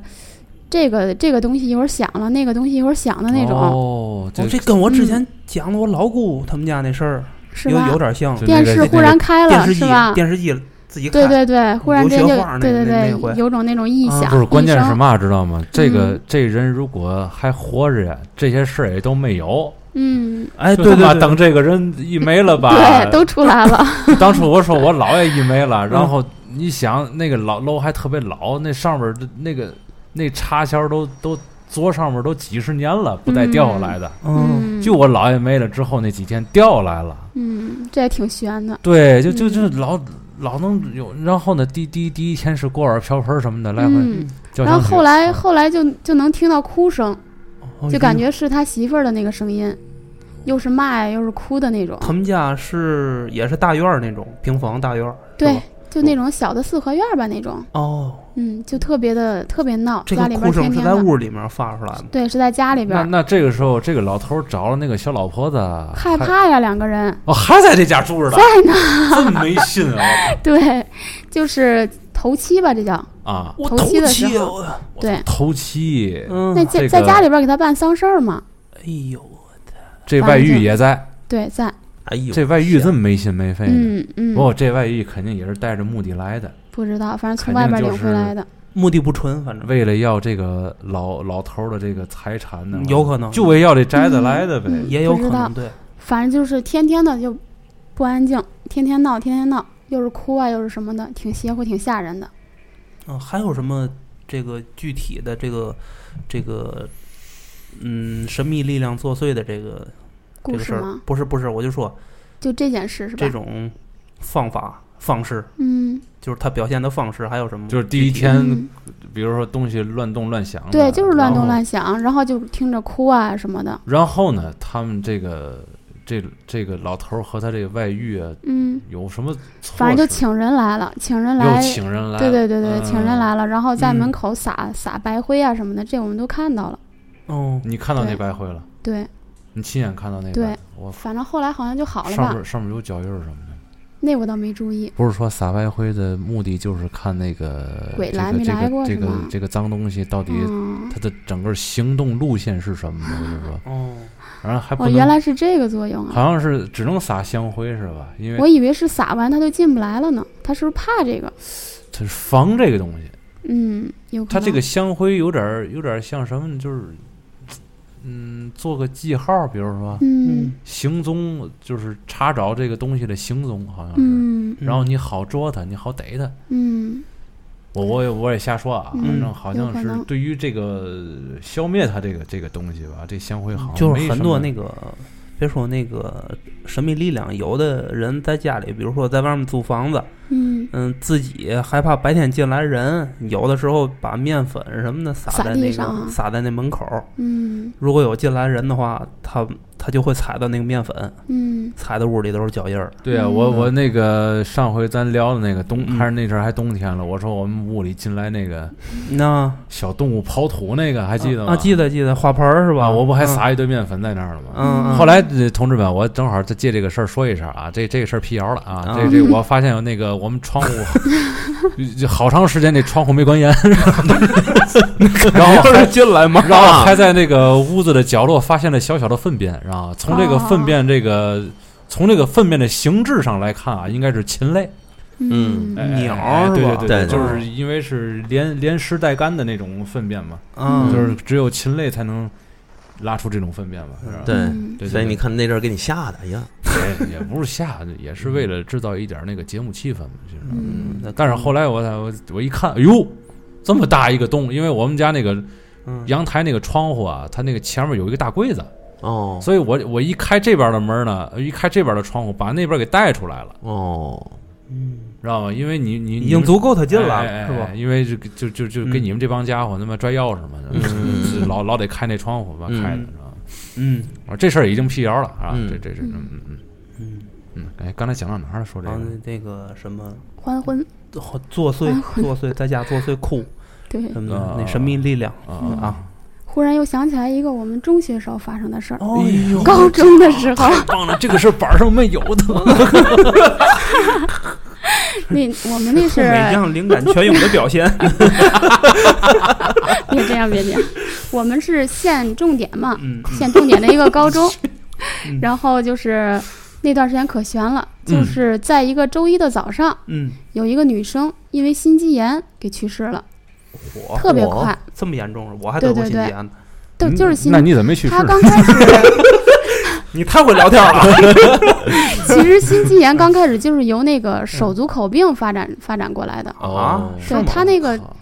S4: 这个这个东西一会儿响了，那个东西一会儿响的那种，啊
S3: 哦，
S2: 哦
S3: 这
S2: 这跟我之前讲的我老姑他们家那事儿
S4: 嗯是
S2: 有
S4: 吧？
S2: 有点像
S3: 就，
S4: 电
S3: 那
S4: 视
S3: 个
S4: 忽然开
S2: 电
S4: 了，
S2: 视
S4: 是
S2: 机
S4: 吧？
S2: 电视机自己
S4: 对
S2: 看，
S4: 对对，忽然之间
S2: 流
S4: 就
S2: 血画那
S4: 对对
S2: 那那回嗯
S4: 对，有种那种异响，
S3: 不是关键
S4: 异
S3: 是
S4: 声
S3: 嘛，知道吗？这个
S4: 嗯
S3: 这人如果还活着呀，这些事儿也都没有。
S4: 嗯，
S2: 哎
S3: 就
S2: 对
S3: 他妈
S2: 对对，
S3: 等这个人一没了吧，
S4: 对，都出来了，
S3: *laughs* 当初我说我姥爷一没
S4: 嗯
S3: 了，然后你想那个老楼还特别老，那上面的那个那插销都都桌上面都几十年了，不带掉下来的。
S2: 嗯
S4: 嗯，
S3: 就我姥爷没了之后那几天掉下来了，
S4: 嗯，这也挺悬的，
S3: 对，就就
S4: 嗯
S3: 就老老能有。然后呢，第第第一天是锅碗瓢盆什么的来回
S4: 嗯，
S3: 交
S4: 然
S3: 响
S4: 后
S3: 曲
S4: 后来后来就就能听到哭声，
S2: 哦
S4: 就感觉是他媳妇儿的那个声音，又是骂呀又是哭的那种，
S2: 他们家是也是大院儿那种平房大院儿，是
S4: 对
S2: 吧，
S4: 就那种小的四合院儿吧那种，
S2: 哦，
S4: 嗯，就特别的特别闹，
S2: 这
S4: 家
S2: 个
S4: 里边
S2: 哭
S4: 儿天
S2: 声是
S4: 天
S2: 在
S4: 的，
S2: 屋里面发出来的，
S4: 对，是在家里边
S3: 那
S4: 儿，
S3: 那这个时候，这个老头找了那个小老婆子，
S4: 害
S3: 还
S4: 怕呀，两个人， *laughs*
S3: 哦，还在这家住着呢，真没信啊！
S4: *laughs* 对，就是头七吧，这叫，
S3: 啊，
S2: 我
S4: 头
S2: 头
S4: 七的
S2: 七
S4: 时
S2: 啊
S4: 候
S2: 我
S4: 对，
S3: 头七，
S2: 嗯
S4: 那，在
S3: 这
S4: 在
S3: 个
S4: 家里边儿给他办丧事儿嘛，
S2: 哎呦
S3: 这外遇也在，
S4: 对，在，
S2: 哎呦，
S3: 这外遇这么没心没肺的。
S4: 嗯嗯，
S3: 哎不过这外遇肯定也是带着目的来的，
S4: 不知道，反正
S3: 肯定
S4: 从外边
S3: 就
S4: 领回
S3: 是
S4: 来的，
S2: 目的不纯，反正
S3: 为了要这个老老头儿的这个财产呢，
S2: 有可能
S3: 就为要这宅子来的呗。
S4: 嗯
S2: 也有可
S4: 不知道
S2: 能对，
S4: 反正就是天天的就不安静，天天闹，天天闹，又是哭啊，又是什么的，挺邪乎，挺吓人的。
S2: 嗯，还有什么这个具体的这个这个嗯神秘力量作祟的这个这
S4: 故
S2: 个
S4: 事
S2: 事儿
S4: 吗？？
S2: 不是不是，我就说
S4: 就这件事是吧
S2: 这？种方法方式，
S4: 嗯，
S2: 就是他表现的方式，还有什么具体？
S3: 就是第一天
S4: 嗯，
S3: 比如说东西乱动乱响的，
S4: 对，就是乱动
S3: 然后。
S4: 乱想，然后就听着哭啊什么的。
S3: 然后呢，他们这个这这个老头儿和他这个外遇啊，
S4: 嗯，
S3: 有什么措施？
S4: 反正就请人来了，请人
S3: 又
S4: 来，
S3: 请人来，
S4: 对对对对，
S3: 嗯
S4: 请人。来了，然后在
S2: 嗯
S4: 门口撒撒白灰啊什么的，这我们都看到了。
S2: 哦，
S3: 你看到那
S4: 对
S3: 白灰了？
S4: 对，
S3: 你亲眼看到那白？
S4: 对，
S3: 我
S4: 反正后来好像就好了
S3: 哦上
S4: 吧，
S3: 面上面有脚印儿什么的。
S4: 那我倒没注意。
S3: 不是说撒白灰的目的就是看那个
S4: 鬼
S3: 这
S4: 来
S3: 个
S4: 没
S3: 这
S4: 来
S3: 个
S4: 过
S3: 这
S4: 是
S3: 个
S4: 吗
S3: 这个脏东西到底
S4: 嗯，
S3: 它的整个行动路线是什
S4: *laughs*
S3: 么？我就说，
S2: 哦，
S3: 然后还不
S4: 哦，
S3: 能，
S4: 原来是这个作用啊！
S3: 好像是只能撒香灰是吧？因
S4: 我
S3: 为
S4: 以为是撒完他就进不来了呢，他是不是怕这个？
S3: 它是防这个东西，
S4: 嗯，有可
S3: 它
S4: 能。
S3: 这个香灰有点儿有点儿像什么呢，就是嗯，做个记号，比如说
S4: 嗯
S3: 行踪，就是查找这个东西的行踪，好像是，
S4: 嗯
S3: 然后你好捉它，你好逮它。
S4: 嗯
S3: 我我也我也瞎说啊，
S4: 嗯
S3: 反正好像
S4: 有可
S3: 是
S4: 能
S3: 对于这个消灭它这个这个东西吧，这香灰好像
S2: 就是很多
S3: 嗯没
S2: 那
S3: 什么
S2: 个，别说那个神秘力量，有的人在家里，比如说在外面租房子，
S4: 嗯，
S2: 嗯，自己害怕白天进来人，有的时候把面粉什么的撒
S4: 撒
S2: 在
S4: 地
S2: 那
S4: 上
S2: 个
S4: 啊
S2: 撒在那门口儿，
S4: 嗯
S2: 如果有进来人的话，他他就会踩到那个面粉，
S4: 嗯
S2: 踩的屋里都是脚印儿。
S3: 对啊，
S4: 嗯
S3: 我我那个上回咱聊的那个冬
S2: 嗯
S3: 还是那阵儿还冬天了，我说我们屋里进来那个
S2: 那
S3: 小动物刨土那个还记得吗？
S2: 啊，记得记得，花盆儿是
S3: 是
S2: 吧？
S3: 我不还
S2: 嗯
S3: 撒一堆面粉在那儿了吗？
S2: 嗯，嗯
S3: 后来，呃同志们，我正好再借这个事儿说一声啊，这这个事儿辟谣了啊，
S2: 啊
S3: 这这我发现有那个我们
S2: *laughs*
S3: 窗户就好长时间这窗户没关严，然后还
S2: 进来吗
S3: 然后
S4: *laughs*
S3: 还在那个屋子的角落发现了小小的粪便，然后从这个粪便这个。哦从这个粪便的形制上来看啊，应该是禽类，
S1: 嗯
S3: 哎
S2: 鸟
S3: 哎
S2: 是
S3: 对
S2: 吧
S3: 对
S1: 对
S3: 就是因为是连连湿带干的那种粪便嘛，
S2: 嗯，
S3: 就是只有禽类才能拉出这种粪便嘛。是吧
S1: 对
S4: 嗯
S3: 对，
S1: 所以
S3: 对
S1: 你看那阵儿给你吓的，哎呀，嗯
S3: 也也不是吓，也是为了制造一点那个节目气氛嘛。其实，
S4: 嗯，
S2: 那
S3: 但是后来我才我我一看，哎呦，这么大一个洞，因为我们家那个
S2: 嗯
S3: 阳台那个窗户啊，它那个前面有一个大柜子，
S1: 哦
S3: 所以我我一开这边的门呢，一开这边的窗户，把那边给带出来了，
S1: 哦，
S2: 嗯
S3: 知道吗？因为你你
S2: 已经足够他进
S3: 来
S2: 来了，是吧？
S3: 哎因为这个就就就给
S2: 嗯
S3: 你们这帮家伙他妈拽钥匙嘛，
S1: 嗯
S3: 就老老得开那窗户吧，
S1: 嗯
S3: 开的是吧？
S2: 嗯
S3: 我说这事儿已经辟谣了啊，
S1: 嗯
S3: 这这这嗯嗯嗯
S2: 嗯，
S3: 嗯，哎，刚才讲到哪儿了？说这
S2: 然后
S3: 个啊
S2: 那个什么
S4: 欢婚，
S2: 作作祟作祟在家作祟哭
S4: 对，
S2: 什么的
S3: 啊，
S2: 那神秘力量
S3: 啊啊，
S2: 啊，
S4: 忽然又想起来一个我们中学时候发生的事儿，
S2: 哎呦，
S4: 高中的时候，
S3: 忘了这个事儿板上没有的，
S4: 那我
S2: *laughs*
S4: 们那是
S2: 每样灵感泉涌的表
S4: *laughs*
S2: 现，
S4: 啊别这样，别这样，我们是县重点嘛，
S2: 嗯，
S4: 县重点的一个高中
S2: 嗯，
S4: 然后就是那段时间可悬了，就是在一个周一的早上，
S2: 嗯，
S4: 有一个女生因为心肌炎给去世了，
S2: 我
S4: 特别
S1: 嚯
S4: 快，
S2: 这么严重了，我还得过
S4: 对对
S2: 心肌
S4: 对
S2: 炎呢，
S4: *laughs* 对，就是心
S3: 嗯那你怎么没去世
S4: 她？刚开始，
S2: 你太会聊天了，
S4: 其实心肌炎刚开始就是由那个手足口病发展发展过来的，
S2: 啊是
S4: 对
S2: 吗
S4: 她那个
S3: 啊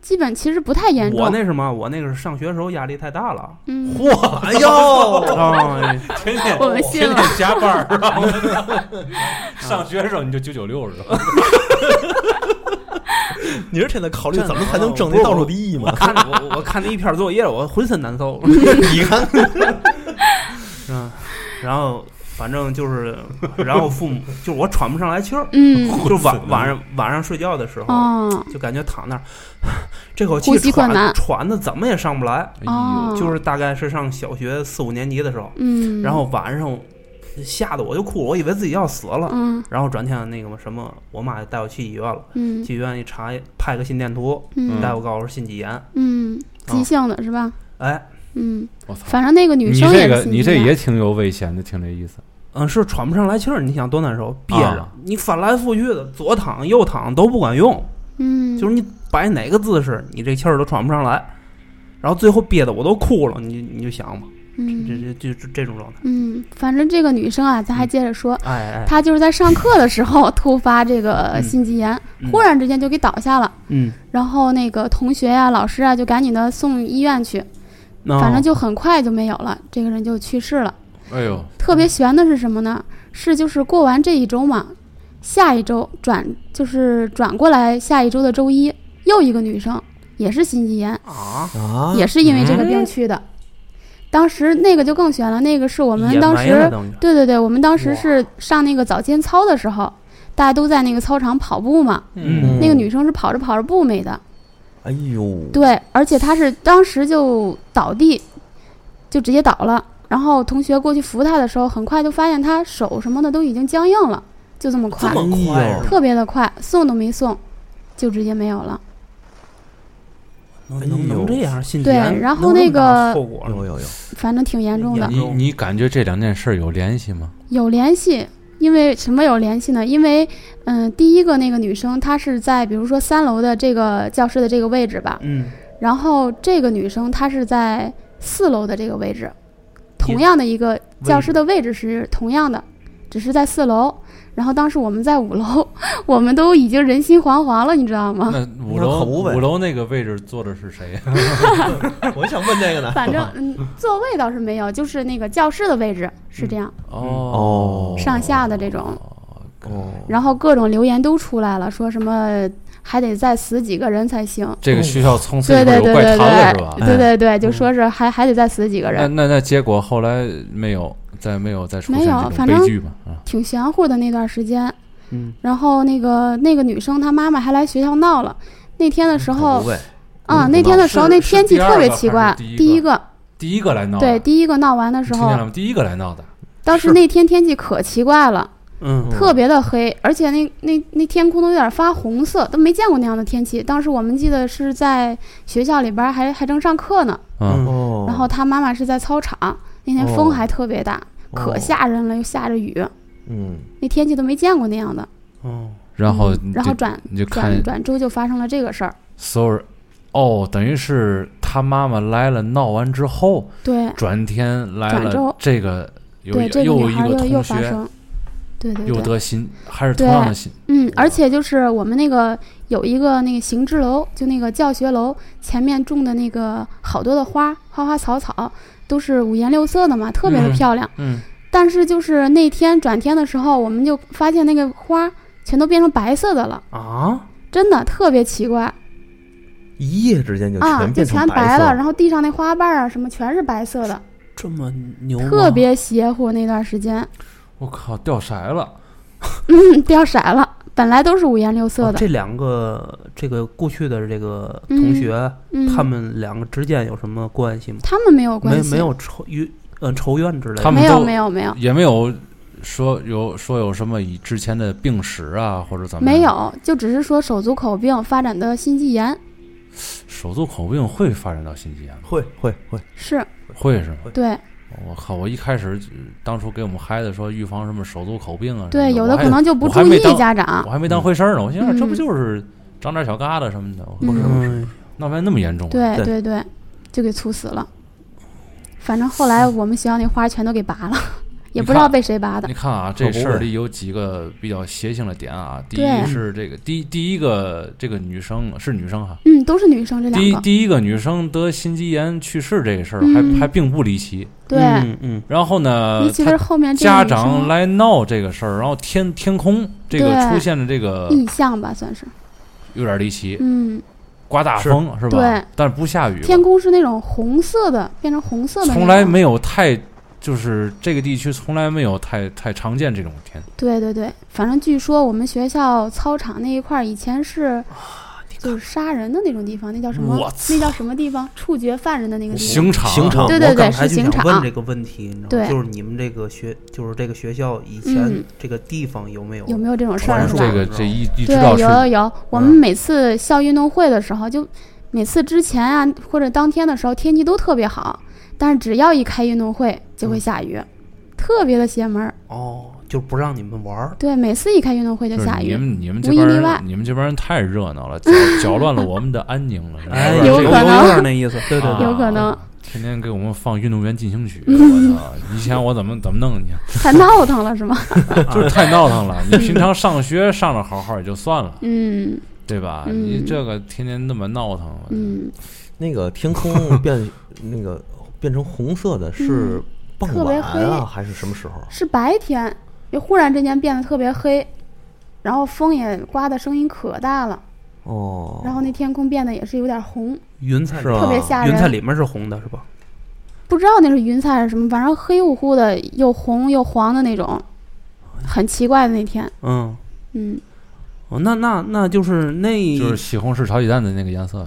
S4: 基本其实不太严
S2: 我
S4: 重，
S2: 那什么，我那个是上学时候压力太大了，
S1: *laughs*
S4: 嗯，
S1: 嚯，哎呦，
S2: 啊，
S3: 天天
S4: 我们信了
S3: 天加
S4: *laughs*
S3: 班儿，然后 *laughs* 上学的时候你就九九六是吧？
S1: *laughs* 你是现在考虑怎么才能挣那倒数第一吗？
S2: 看我我看那一篇作业，我浑身难受，
S1: 你看，
S2: 嗯，然后反正就是，然后父母就是我喘不上来气儿，
S4: 嗯，
S2: 就 *laughs* 晚晚上晚上睡觉的时候，
S4: 哦，
S2: 就感觉躺那儿， *laughs* 这口
S4: 呼
S2: 气
S4: 吸困
S2: 喘
S4: 难
S2: 喘的怎么也上不来，
S3: 哎
S4: 哦
S3: 呦，
S2: 就是大概是上小学四五年级的时候，
S4: 嗯，
S2: 然后晚上吓得我就哭，我以为自己要死了，
S4: 嗯
S2: 然后转天那个什么，我妈带我去医院了，
S4: 嗯
S2: 去医院一查拍个心电图，
S4: 嗯
S2: 大夫告诉我是心肌炎，
S4: 嗯，急性的是吧？
S2: 哎，
S4: 嗯，
S3: 我操，
S4: 反正那个女
S3: 你
S4: 生也啊
S3: 这
S4: 是
S3: 个
S4: 心肌
S3: 你这
S4: 炎
S3: 也挺有危险的，听这意思。
S2: 嗯，是喘不上来气儿，你想多难受，憋着，
S3: 啊
S2: 你翻来覆去的，左躺右躺都不管用，
S4: 嗯，
S2: 就是你摆哪个姿势，你这气儿都喘不上来，然后最后憋得我都哭了，你你就想吧，这
S4: 嗯
S2: 这这这这种状态，
S4: 嗯，反正这个女生啊，咱还接着说，
S2: 哎哎，
S4: 她就是在上课的时候突发这个
S2: 嗯
S4: 心肌炎，
S2: 嗯
S4: 忽然之间就给倒下了，
S2: 嗯，
S4: 然后那个同学呀、老师啊就赶紧的送医院去，
S2: 那
S4: 反正就很快就没有了，这个人就去世了。
S3: 哎呦，
S4: 特别悬的是什么呢？是就是过完这一周嘛，下一周转就是转过来下一周的周一，又一个女生也是心肌炎，
S2: 啊，
S1: 啊，
S4: 也是因为这个病去的。当时那个就更悬了，那个是我
S2: 我
S4: 们当时，
S2: 等于
S4: 对对对，我们当时
S2: 哇
S4: 是上那个早间操的时候，大家都在那个操场跑步嘛。
S1: 嗯
S4: 那个女生是跑着跑着步没的，
S1: 哎呦，
S4: 对，啊而且她是当时就倒地，就直接倒了。然后同学过去扶她的时候，很快就发现她手什么的都已经僵硬了，就这么
S2: 这
S4: 快，
S2: 么快啊，
S4: 特别的快，送都没送，就直接没有了。
S2: 能
S1: 哎
S2: 能
S1: 呦
S2: 能这样心
S4: 对
S2: 炎
S4: 然后
S2: 能
S4: 那
S2: 么大
S4: 个
S2: 后果
S1: 有
S2: 呢
S1: 有有，
S4: 反正挺严重的。
S3: 你你感觉这两件事儿有联系吗？
S4: 有联系，因为什么有联系呢？因为，嗯、第一个那个女生她是在比如说三楼的这个教室的这个位置吧，
S2: 嗯，
S4: 然后这个女生她是在四楼的这个位置，同
S2: 也
S4: 样的一个教
S2: 位
S4: 室的位置是同样的，只是在四楼。然后当时我们在五楼， *laughs* 我们都已经人心惶惶了，你知道
S3: *laughs*
S4: 吗？
S3: 那五
S1: 那
S3: 楼
S1: 可不呗
S3: 五楼那个位置坐的是谁呀？啊 *laughs*
S1: 哎我想问这个呢。
S4: 反正嗯，座位倒是没有，就是那个教室的位置是这
S3: 嗯
S4: 样，
S1: 哦
S4: 上下的这种。
S1: 哦，
S4: 然后各种留言都出来了，说什么还得再死几个人才行。
S3: 这个学校从此
S4: 对
S3: 以后
S4: 对
S3: 有
S4: 对
S3: 怪
S4: 对
S3: 谈了，是
S4: 对
S3: 吧？
S4: 对对对，就说是还还得再死几个
S3: 那
S4: 人，
S3: 那那结果后来没有，再没有再出现
S4: 没有
S3: 这种
S4: 反
S3: 悲
S4: 正
S3: 剧嘛？啊，
S4: 挺玄乎的那段时间。
S2: 嗯，
S4: 然后那个那个女生她妈妈还来学校闹了。那天的时
S1: 可
S4: 候
S1: 不呗，
S4: 啊，
S3: 嗯
S4: 那天的时候那
S3: 是是
S4: 天气
S3: 第二
S4: 特别
S3: 个
S4: 奇
S3: 还
S4: 怪
S3: 是第一。
S4: 第一
S3: 个
S4: 个
S3: 第一个来闹的，
S4: 对，第一个闹完的
S3: 你
S4: 时
S3: 听见
S4: 候，
S3: 了吗？第一个来闹的，
S4: 当时
S3: 是
S4: 那天天气可奇怪了，
S2: 嗯，
S4: 特别的黑，而且那那那天空都有点发红色，都没见过那样的天气。当时我们记得是在学校里边儿还还正上课呢，
S3: 嗯，
S2: 嗯
S1: 哦，
S4: 然后她妈妈是在操场，那天
S1: 哦
S4: 风还特别大，可
S1: 哦，
S4: 吓人了，又下着雨。
S1: 嗯，
S4: 那天气都没见过那样的。
S2: 哦，
S3: 然后
S4: 嗯然后
S3: 就
S4: 转
S3: 你就看
S4: 转转周就发生了这个事儿，
S3: 所有人，哦，等于是他妈妈来了，闹完之后，
S4: 对
S3: 转天来
S4: 转
S3: 了
S4: 周
S3: 这个有
S4: 对，
S3: 一
S4: 这个
S3: 又
S4: 女
S3: 一
S4: 孩
S3: 个
S4: 又又
S3: 同
S4: 发
S3: 学
S4: 生，对对
S3: 又
S4: 对，
S3: 得新，还是同样的新，
S4: 嗯，而
S3: 哇
S4: 且就是我们那个有一个那个行知楼，就那个教学楼前面种的那个好多的花，花花草草都是五颜六色的嘛，特别的
S2: 嗯
S4: 漂亮。
S2: 嗯，
S4: 但是就是那天转天的时候，我们就发现那个花全都变成白色的了，
S2: 啊，
S4: 真的特别奇怪
S1: 一夜之间就
S4: 啊，
S1: 全
S4: 就
S1: 变
S4: 全
S1: 成
S4: 白
S1: 色
S4: 了，然后地上那花瓣啊什么全是白色的，
S2: 这么牛吗，
S4: 特别邪乎那段时间，
S3: 我靠，掉色了，
S4: 嗯，掉色了，本来都是五颜六色
S2: 哦
S4: 的，
S2: 这两个这个过去的这个同学，
S4: 嗯，
S2: 他们两个之间有什么关系吗？
S4: 他们没有关
S2: 没
S4: 系，
S2: 没有仇怨，呃，仇怨之类的。
S3: 他们
S4: 没有
S3: 都
S4: 没有没有
S3: 也没有说有说有什么以之前的病史啊，或者怎么样
S4: 没有，就只是说手足口病发展的心肌炎
S3: 手足口病会发展到心肌炎吗？
S1: 会会会，
S4: 是
S3: 会是吗？
S4: 对
S3: 我靠！我一开始就当初给我们嗨的说预防什么手足口病啊什么，
S4: 对，有
S3: 我
S4: 的
S3: 还
S4: 可能就不
S3: 我还
S4: 注
S3: 没
S4: 意
S3: 当
S4: 家长
S3: 我，还没当回事儿呢。我心想
S4: 嗯
S3: 这不就是长点小疙瘩什么的，
S4: 嗯
S3: 我
S4: 没有
S2: 嗯，
S3: 闹翻那么严重啊？
S4: 对
S1: 对
S4: 对对，就给猝死了。反正后来我们学校那花全都给拔了， *laughs* 也
S3: 你
S4: 不知道
S3: 看
S4: 被谁拔的
S3: 你。看啊，
S1: 可
S3: 这
S1: 不
S3: 事儿
S1: 呗
S3: 里有几个比较邪性的点啊。第一
S4: 对
S3: 是这个，第第一个这个女生是女生哈、
S4: 嗯，都是女生这
S3: 第一
S4: 两个。
S3: 第一个女生得心肌炎去世这个事儿还、
S4: 嗯
S3: 还并不离奇。
S4: 对，
S2: 嗯嗯，
S3: 然后呢
S4: 尤，其是
S3: 她
S4: 后面这
S3: 呃家
S4: 个女
S3: 长
S4: 生
S3: 来闹这个事儿，然后天天空这个
S4: 对
S3: 出现了这个
S4: 意向吧，算是。
S3: 有点离奇，
S4: 嗯，
S3: 刮大
S1: 是
S3: 风是吧？
S4: 对，
S3: 但是不下雨吧，
S4: 天空是那种红色的，变成红色的那种。
S3: 从来没有太。就是这个地区从来没有太太常见这种天，
S4: 对对对，反正据说我们学校操场那一块儿以前是，就是杀人的那种地方，那叫什么
S2: 我？
S4: 那叫什么地方？处决犯人的那个地方。
S3: 刑场
S1: 刑场
S4: 对对
S2: 我
S4: 对
S2: 刚才
S4: 是
S2: 就
S4: 刑
S2: 想问
S4: 场
S2: 这个问题，你知道吗？
S4: 对
S2: 就是你们这个学，就是这个学校以
S4: 嗯
S2: 前这个地方有没有？
S4: 有没有这种事
S3: 反
S4: 儿？
S3: 正
S4: 是吧？
S3: 这个这一一知
S4: 对，
S3: 道是
S4: 有有有，我们
S2: 嗯
S4: 每次校运动会的时候，就每次之前啊或者当天的时候，天气都特别好，但是只要一开运动会就
S3: 嗯
S4: 会下雨，特别的邪门儿。
S2: 哦，就不让你们玩儿。
S4: 对，每次一开运动会就
S3: 就是
S4: 下
S3: 你
S4: 雨。
S3: 们你们这
S4: 无一
S3: 帮
S4: 例外
S3: 人，你们这帮人太热闹了，搅搅乱了我们的安宁了。是吧
S2: 哎，
S4: 有
S2: 这
S4: 可
S2: 个
S4: 能
S2: 有点那意思。
S3: 啊
S2: 对对对，
S4: 有可能
S3: 天天给我们放《运动员进行
S4: *laughs*
S3: 曲》，我操！你想我怎么怎么弄你？啊
S4: 太闹腾了是吗？ *laughs*
S3: 就是太闹腾了。你平常上学上的好好也就算了，
S4: 嗯
S3: 对吧？
S4: 嗯
S3: 你这个天天那么闹腾，我
S4: 嗯，
S1: 那个天
S4: *laughs*
S1: 空变那个变成红色的是傍
S4: 嗯特别
S1: 晚
S4: 黑
S1: 啊，还是什么时候？
S4: 是白天，就忽然之间变得特别黑，然后风也刮的声音可大了，
S1: 哦，
S4: 然后那天空变得也是有点红，
S2: 云彩
S1: 是吧？
S4: 特别吓
S2: 云彩
S4: 人。
S2: 里面是红的，是吧？
S4: 不知道那是云彩还是什么，反正黑乎乎的，又红又黄的那种，很奇怪的那天。
S2: 嗯，
S4: 嗯，
S2: 哦，那那那就是那
S3: 就是西红柿炒鸡蛋的那个颜
S4: *laughs*
S3: 色。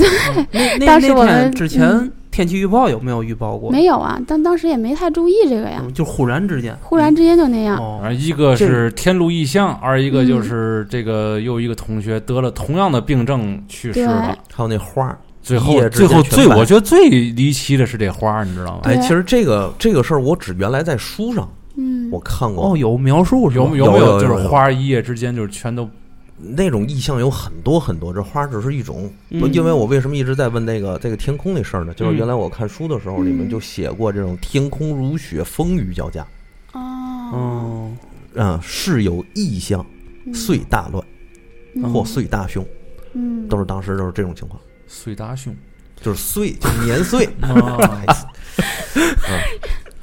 S2: 那那
S4: 当时我
S2: 那天
S4: 们嗯
S2: 之前天气预报有没有预报过？
S4: 没有啊，但当时也没太注意这个呀，
S2: 嗯，就忽然之间，
S4: 忽然之间就那样。
S2: 哦，
S3: 而一个是天路异象，二一个
S4: 嗯
S3: 就是这个又一个同学得了同样的病症去世了。
S1: 还有那花儿，
S3: 最
S1: 一
S3: 后
S1: 夜之
S3: 最
S1: 间
S3: 后
S1: 全
S3: 最
S1: 白
S3: 我觉得最离奇的是这花儿，你知道吗？
S4: 对
S1: 哎，其实这个这个事儿，我只原来在书上
S4: 嗯
S1: 我，看过
S2: 哦，，有描述是吧？
S3: 有
S1: 有
S3: 没
S1: 有
S3: 有就
S1: 有
S3: 是
S1: 有
S3: 花儿一夜之间就是全都
S1: 那种意象有很多很多，这花只是一种。
S2: 嗯
S1: 不因为我为什么一直在问那个这个天空那事儿呢？就是
S2: 嗯
S1: 原来我看书的时候，你们
S4: 嗯
S1: 就写过这种天空如雪，风雨交加，
S4: 哦，
S2: 嗯，
S1: 啊，是有异象，
S4: 嗯
S1: 遂大乱
S4: 嗯
S1: 或遂大凶，
S4: 嗯，
S1: 都是当时就是这种情况，
S3: 碎大胸。。
S1: 就是遂就是年岁 *laughs*
S2: 哦
S3: 啊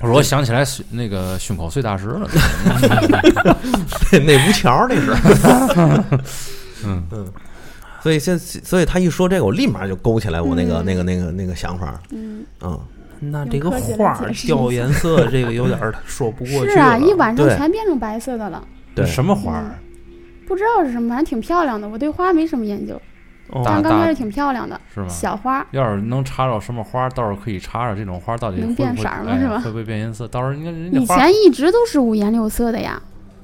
S3: 我说我想起来胸那个胸口碎大石 *laughs* 了。
S1: 那那吴桥那是，
S3: 嗯
S1: 嗯，所以现所以他一说这个，我立马就勾起来我那个、
S4: 嗯
S1: 那个那个那个想法，
S4: 嗯，
S1: 嗯，
S2: 那
S4: 用
S2: 这个
S4: 科学来
S2: 画
S4: 解释一
S2: 掉
S4: 下
S2: 颜色，这个有点儿说不过去
S4: 是啊，
S2: 了
S4: 一晚上
S1: 对
S4: 全变成白色的了，
S1: 对，
S3: 什么花儿？
S4: 不知道是什么，反正挺漂亮的。我对花没什么研究，
S2: 哦
S4: 但
S3: 大嗯
S4: 是刚开始挺漂亮的，
S3: 是吗？
S4: 小花。
S3: 要是能查着什么花儿，到时候可以查查这种花儿到底
S4: 能
S3: 会
S4: 变
S3: 不会
S4: 色儿吗
S3: 哎
S4: 是吧
S3: 会不会变颜色？到时候你看人家
S4: 以
S3: 花儿
S4: 前一直都是五颜六色的呀，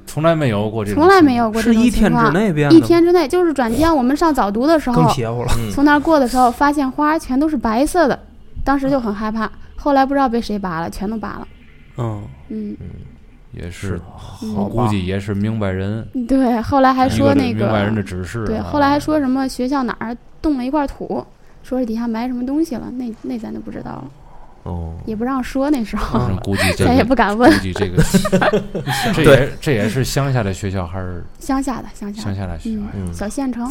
S3: 从来没有过这种，
S4: 从来没有过这
S2: 是
S4: 种
S2: 一
S4: 情
S2: 天之
S4: 况。
S2: 内变的
S4: 一
S2: 吗，
S4: 天之内，就是转天我们上早读的时候，
S2: 更邪乎了。
S1: 嗯
S4: 从那儿过的时候，发现花全都是白色的，当时就很害怕。后来不知道被谁拔了，全都拔了。
S2: 嗯，
S4: 嗯，
S3: 也
S1: 是
S3: 是
S1: 的，
S3: 我
S4: 嗯
S3: 估计也是明白人，
S4: 对。后来还
S3: 一
S4: 说
S3: 个
S4: 那
S3: 哎明白人的
S4: 个，
S3: 指示啊。
S4: 对，后来还说什么学校哪儿动了一块土，说是底下埋什么东西了，那那咱就不知道了。
S1: 哦，
S4: 也不让说那时
S3: *laughs*
S4: 候， *laughs*
S2: 嗯
S3: 估计这
S4: 咱也
S3: 个
S4: 不敢
S3: 估 *laughs*
S4: 问
S3: 计这个 *laughs* 这也这也是乡下的学校还是
S4: 乡下的乡下
S3: 乡
S4: 的
S3: 下的学校呀？
S1: 嗯，
S4: 小县城，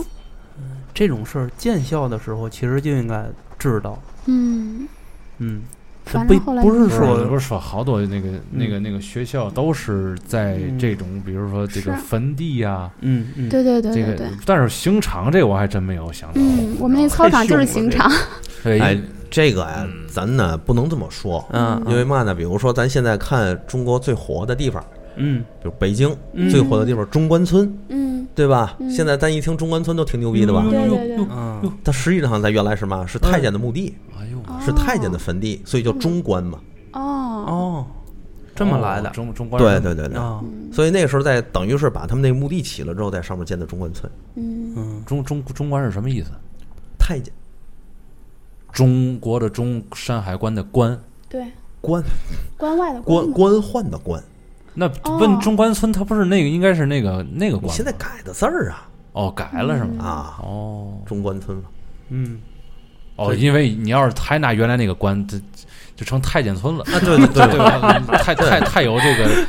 S2: 这种事儿建校的时候其实就应该知道，
S4: 嗯，
S2: 嗯，这
S4: 反
S2: 不
S4: 正后来
S2: 不是
S3: 不是你不
S2: 说
S3: 是说好多那个那个那个学校都是在这种，比如说这个
S4: 是
S3: 坟地呀，
S2: 嗯嗯，
S4: 对对对
S3: 这
S4: 对
S3: 个
S4: 对，，
S3: 但是刑场这个我还真没有想到。
S4: 嗯，我们那操场就是刑场，
S3: 对，
S1: 哎，这个呀
S3: 嗯，
S1: 咱呢不能这么说，
S2: 嗯，
S1: 因为嘛呢？比如说，咱现在看中国最火的地方，
S2: 嗯
S1: 比如北京
S2: 嗯
S1: 最火的地方中关村，
S4: 嗯，
S1: 对吧？
S4: 嗯
S1: 现在咱一听中关村都挺牛逼的吧？
S4: 对对对，
S2: 嗯
S1: 但实际上咱原来是嘛？是太监的墓地，
S3: 哎呦，
S4: 哦
S1: 是太监的坟地，所以叫中关嘛。
S4: 哦，
S2: 哦，这么来的
S3: 哦中中关
S1: 对对对对。
S2: 啊，
S4: 嗯
S1: 所以那时候在等于是把他们那墓地起了之后，在上面建的中关村，
S4: 嗯
S2: 嗯
S3: 中中中关是什么意思？
S1: 太监
S3: 中国的中，山海关的关。
S4: 对，
S1: 官
S4: 关外的
S1: 官
S2: 嗯
S4: 嘛
S1: 官宦的官，
S3: 那
S4: 哦
S3: 问中关村，它不是那个，应该是那个那个
S1: 你
S3: 关吗。
S1: 现在改的字儿啊
S3: 哦，改了是吗？
S1: 啊，
S3: 哦
S1: 中关村了。
S2: 嗯，
S3: 哦，因为你要是还拿原来那个关，这就成太监村了。
S1: 啊，
S2: 嗯
S1: 对对对
S3: 对吧？太太太有这个，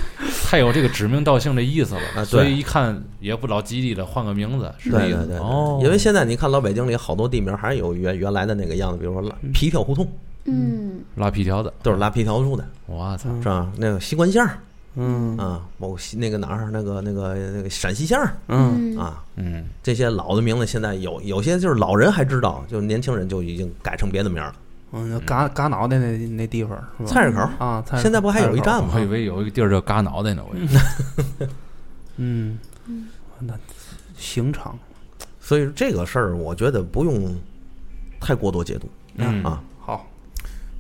S3: 太有这个指名道姓的意思了。
S1: 啊对
S3: 所以一看也不老吉利的，换个名字是
S1: 对
S3: 这意
S1: 对
S3: 思。
S1: 对对，
S3: 哦，
S1: 因为现在你看老北京里好多地名还是有原原来的那个样子，比如说皮条胡同
S4: 嗯
S3: 拉皮条的，
S1: 都是拉皮条住的，
S3: 我操！
S1: 是吧？那个西关巷儿
S2: 嗯
S1: 啊，某西那个哪儿那个那个那个陕西巷儿
S2: 嗯
S1: 啊，
S3: 嗯，
S1: 这些老的名字现在有有些就是老人还知道，就是年轻人就已经改成别的名儿了。
S2: 嗯，就嘎嘎脑袋那那地方
S3: 嗯
S2: 是吧？
S1: 菜市口儿
S2: 啊，菜市
S1: 现在不还有一
S2: 菜市口
S1: 站吗
S3: 我？以为有一个地儿叫嘎脑袋呢，我以为
S2: 嗯，那刑场
S1: 所以这个事儿，我觉得不用太过多解读
S3: 嗯
S1: 啊。
S2: 好，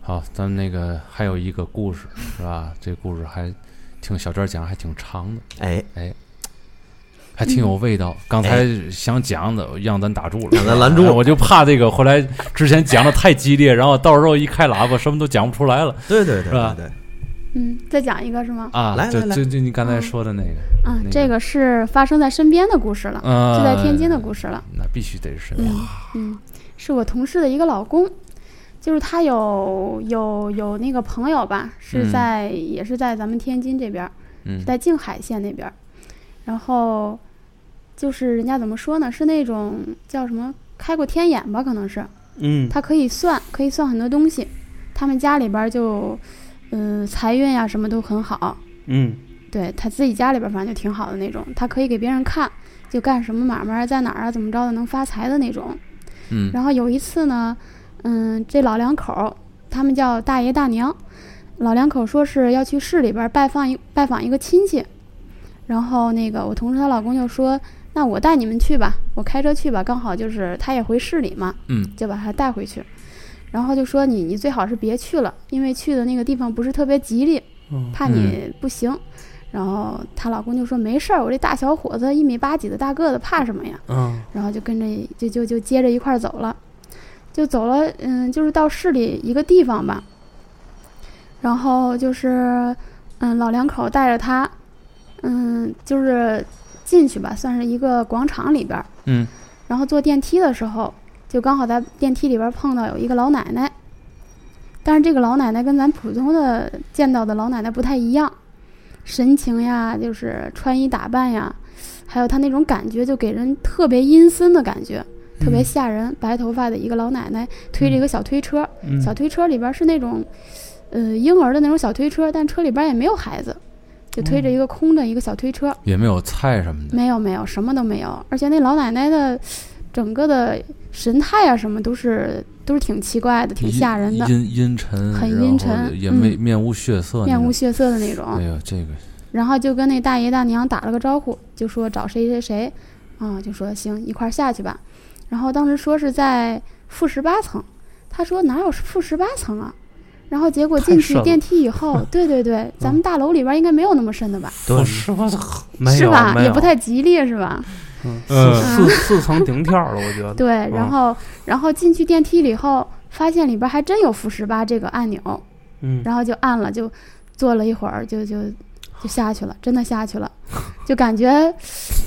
S3: 好，咱们那个还有一个故事是吧？这故事还听小娟讲还挺长的，
S1: 哎，
S3: 还挺有味道。刚才想讲的让咱打住了，
S1: 哎让咱拦住
S3: 哎我就怕这个后来之前讲的太激烈，然后到时候一开喇叭什么都讲不出来了
S1: 对对对
S3: 是吧
S1: 对对，
S4: 嗯，再讲一个是吗？
S3: 啊！
S1: 来
S3: 就
S1: 来来
S3: 就就你
S4: 嗯
S3: 刚才说的那个，
S4: 啊
S3: 那，
S4: 这个是发生在身边的故事了，
S3: 呃，
S4: 就在天津的故事了。
S3: 那必须得是
S4: 嗯嗯，是我同事的一个老公，就是他有有有那个朋友吧，是
S3: 嗯
S4: 在、也是在咱们天津这边儿，
S3: 嗯
S4: 在静海县那边儿，然后就是人家怎么说呢，是那种叫什么开过天眼吧，可能是
S2: 嗯
S4: 他可以算，可以算很多东西，他们家里边儿就嗯、呃财运呀、什么都很好，
S2: 嗯
S4: 对他自己家里边儿反正就挺好的那种，他可以给别人看，就干什么买卖儿在哪儿啊怎么着的能发财的那种。
S3: 嗯
S4: 然后有一次呢，嗯，这老两口儿他们叫大爷大娘，老两口儿说是要去市里边儿拜访一拜访一个亲戚，然后那个我同事她老公就说，那我带你们去吧，我开车去吧，刚好就是他也回市里嘛，
S3: 嗯，
S4: 就把他带回去，然后就说你你最好是别去了，因为去的那个地方不是特别吉利，
S2: 嗯
S4: 怕你不行。然后她老公就说没事儿，我这大小伙子一米八几的大个子，怕什么呀？
S2: 嗯
S4: 然后就跟着就就就接着一块儿走了，就走了，嗯，就是到市里一个地方吧。然后就是，嗯，老两口带着他，嗯，就是进去吧，算是一个广场里边儿。
S3: 嗯
S4: 然后坐电梯的时候，就刚好在电梯里边碰到有一个老奶奶，但是这个老奶奶跟咱普通的见到的老奶奶不太一样，神情呀，就是穿衣打扮呀，还有她那种感觉，就给人特别阴森的感觉，
S2: 嗯
S4: 特别吓人。白头发的一个老奶奶推着一个小推车，
S2: 嗯
S4: 小推车里边是那种，呃，婴儿的那种小推车，但车里边也没有孩子，就推着一个空的一个小推车。
S3: 也没有菜什么的，
S4: 没有没有，什么都没有。而且那老奶奶的整个的神态啊，什么都是都是挺奇怪的，挺吓人的，
S3: 阴阴沉，
S4: 很
S3: 然后
S4: 阴沉
S3: 也没
S4: 嗯
S3: 面无血色，
S4: 面无。血色的那
S3: 哎
S4: 种。
S3: 呦，这个
S4: 然后就跟那大爷大娘打了个招呼，就说找谁谁谁，啊，就说行，一块儿下去吧。然后当时说是在负十八层，他说哪有负十八层啊？然后结果
S2: 太
S4: 进去
S2: 深了嗯
S4: 电梯以后，对对
S2: *laughs*
S4: 对，咱们大楼里边应该没有那么深的吧？
S2: 对
S3: 我是我操，
S2: 没有
S4: 是吧？
S2: 没
S4: 也
S2: 有
S4: 不太吉利是吧？
S2: 嗯
S3: 嗯
S2: 四四四层顶跳了，我觉得
S4: 对，
S2: 嗯
S4: 然后然后进去电梯里以后，发现里边还真有负十八这个按钮，
S2: 嗯
S4: 然后就按了，就坐了一会儿，就就就下去了，真的
S2: *laughs*
S4: 下去了，就感觉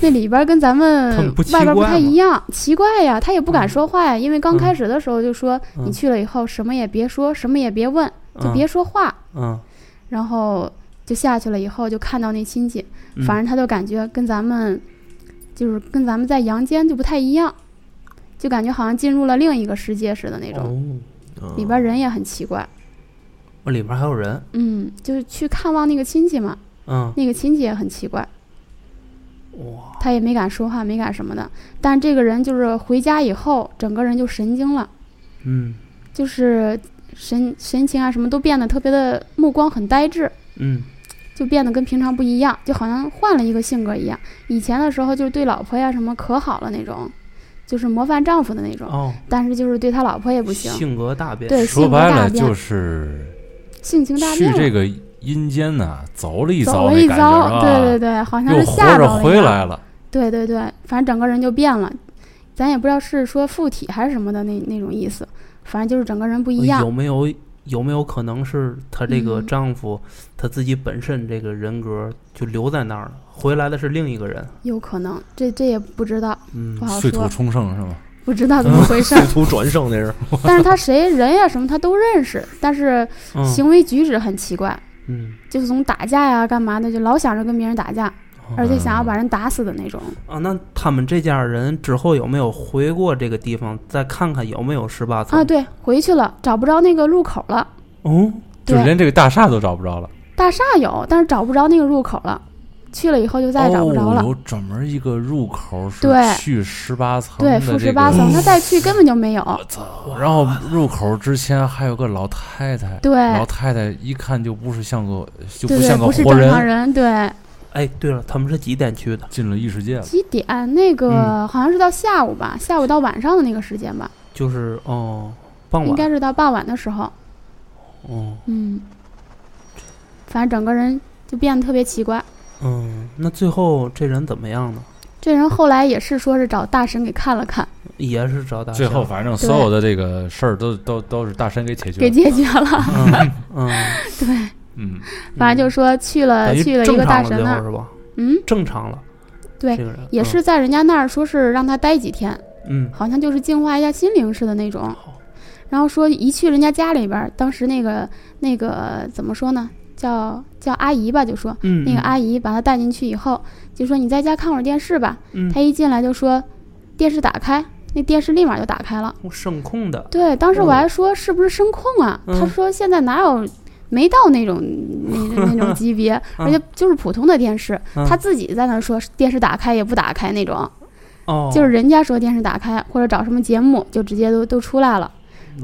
S4: 那里边跟咱们
S2: 他们不奇
S4: 外边不
S2: 怪
S4: 太
S2: 吗
S4: 一样，奇怪呀，他也不敢
S2: 嗯
S4: 说话呀，因为刚开始的时候就说、
S2: 嗯
S4: 你去了以后什么也别说，什么也别问，就别说话，
S2: 嗯，
S4: 然后就下去了。以后就看到那亲戚，
S2: 嗯
S4: 反正他就感觉跟咱们就是跟咱们在阳间就不太一样，就感觉好像进入了另一个世界似的那种。
S2: 哦
S1: 嗯
S4: 里边人也很奇怪，
S2: 哦里边还有人，
S4: 嗯，就是去看望那个亲戚嘛，
S2: 嗯，
S4: 那个亲戚也很奇怪，
S2: 哇，
S4: 他也没敢说话，没敢什么的。但这个人就是回家以后，整个人就神经了，
S2: 嗯
S4: 就是神神情啊什么都变得特别的，目光很呆滞，
S2: 嗯
S4: 就变得跟平常不一样，就好像换了一个性格一样。以前的时候就是对老婆呀什么可好了那种，就是模范丈夫的那种，
S2: 哦，
S4: 但是就是对他老婆也不行，
S2: 性格大变，
S4: 对
S3: 说
S4: 性格
S3: 白
S4: 大
S3: 了
S4: 变，
S3: 就是
S4: 性情大
S3: 去
S4: 变
S3: 这
S4: 了。
S3: 个阴间呐、走了一
S4: 走
S3: 遭
S4: 了一
S3: 那感觉是
S4: 遭，
S3: 吧？
S4: 对对对，好像
S3: 又
S4: 是
S3: 活
S4: 吓着
S3: 着
S4: 了一
S3: 回
S4: 样
S3: 来了。
S4: 对对对，反正整个人就变了，咱也不知道是说附体还是什么的那那种意思，反正就是整个人不一样
S3: 哎
S2: 有。没有有没有可能是她这个
S4: 嗯
S2: 丈夫、她自己本身这个人格就留在那儿了，回来的是另一个人？
S4: 有可能，这这也不知道，
S2: 嗯
S4: 不，好
S3: 碎土
S4: 说，
S3: 重生是吗？
S4: 不知道怎么回事儿
S3: 嗯
S4: *laughs*
S1: 碎。土转生那是，
S4: 但是他谁人呀什么他都认识，但是
S2: 嗯
S4: 行为举止很奇怪，
S2: 嗯
S4: 就是总打架呀干嘛的，就老想着跟别人打架，而且想要
S3: 嗯
S4: 把人打死的那种。
S2: 啊，那他们这家人之后有没有回过这个地方，再看看有没有十八
S3: 哦
S2: 层
S4: 啊，？对，回去了找不着那个入口了，
S2: 哦，
S3: 就是
S4: 对，
S3: 连这个大厦都找不着了，
S4: 大厦有，但是找不着那个入口了，去了以后就再也找不着了。
S3: 哦、有专门一个入口是
S4: 对
S3: 去十八层
S4: 对，
S3: 的
S4: 负
S3: 这
S4: 十
S3: 个嗯哦
S4: 八层，他再去根本就没有。
S3: 然后入口之前还有个老太太，
S4: 对，
S3: 老太太一看就不是像个就
S4: 哎对
S3: 不
S4: 对，
S3: 像个
S4: 不是
S3: 活
S4: 正
S3: 人，嗯
S4: 常人。对，
S2: 哎，对了，他们是几点去的？
S3: 进了异世界了。
S4: 几点？那
S3: 嗯
S4: 个好像是到下午吧，下午到晚上的那个时间吧，
S2: 就是哦，傍
S4: 应该
S2: 晚
S4: 是到傍晚的时候。
S2: 哦，
S4: 嗯，反正整个人就变得特别奇怪。
S2: 嗯，那最后这人怎么样呢？
S4: 这人后来也是说是找大神给看了看，
S2: 也是找大
S3: 最
S2: 象 *laughs*
S3: 后，反正
S4: 对
S3: 所有的这个事儿都都都是大山给解决
S4: 给
S3: 了。
S4: 解决了。
S2: 嗯嗯，
S4: 对，
S3: 嗯，
S4: *laughs* 反正就是说去了
S2: 等于
S4: 去了一
S2: 正
S4: 个大
S2: 常了
S4: 神
S2: 最
S4: 那
S2: 后
S4: 儿，
S2: 是吧？嗯
S4: 嗯，
S2: 正常了，
S4: 对
S2: 这个人
S4: 也是在人家那儿说是让他待几天，
S2: 嗯
S4: 好像就是净化一下心灵似的那种
S2: 好。
S4: 然后说一去人家家里边儿，当时那个那个怎么说呢？叫叫阿姨吧，就说
S2: 嗯，
S4: 那个阿姨把他带进去以后，就说你在家看会儿电视吧。
S2: 嗯
S4: 他一进来就说电视打开，那电视立马就打开了。
S2: 嗯声控的，
S4: 对，当时
S2: 哦
S4: 我还说是不是声控啊？
S2: 嗯
S4: 他说现在哪有没到那种那那
S2: *laughs*
S4: 种级别，而且就是普通的电视，
S2: 嗯
S4: 他自己在那儿说电视打开也不打开那种，
S2: 哦，
S4: 就是人家说电视打开或者找什么节目就直接都都出来了，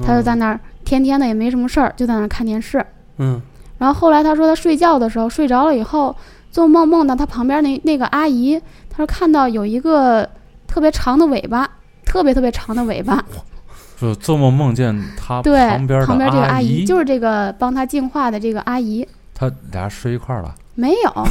S4: 他就在那儿天天的也没什么事儿，就在那儿看电视。
S2: 嗯
S4: 然后后来他说他睡觉的时候睡着了以后做梦梦到他旁边那那个阿姨，他说看到有一个特别长的尾巴，特别特别长的尾巴，
S3: 就做梦梦见他
S4: 对，
S3: 旁边的
S4: 旁边这个阿
S3: 姨，
S4: 就是这个帮他净化的这个阿姨，
S3: 他俩睡一块儿了。
S4: 没有。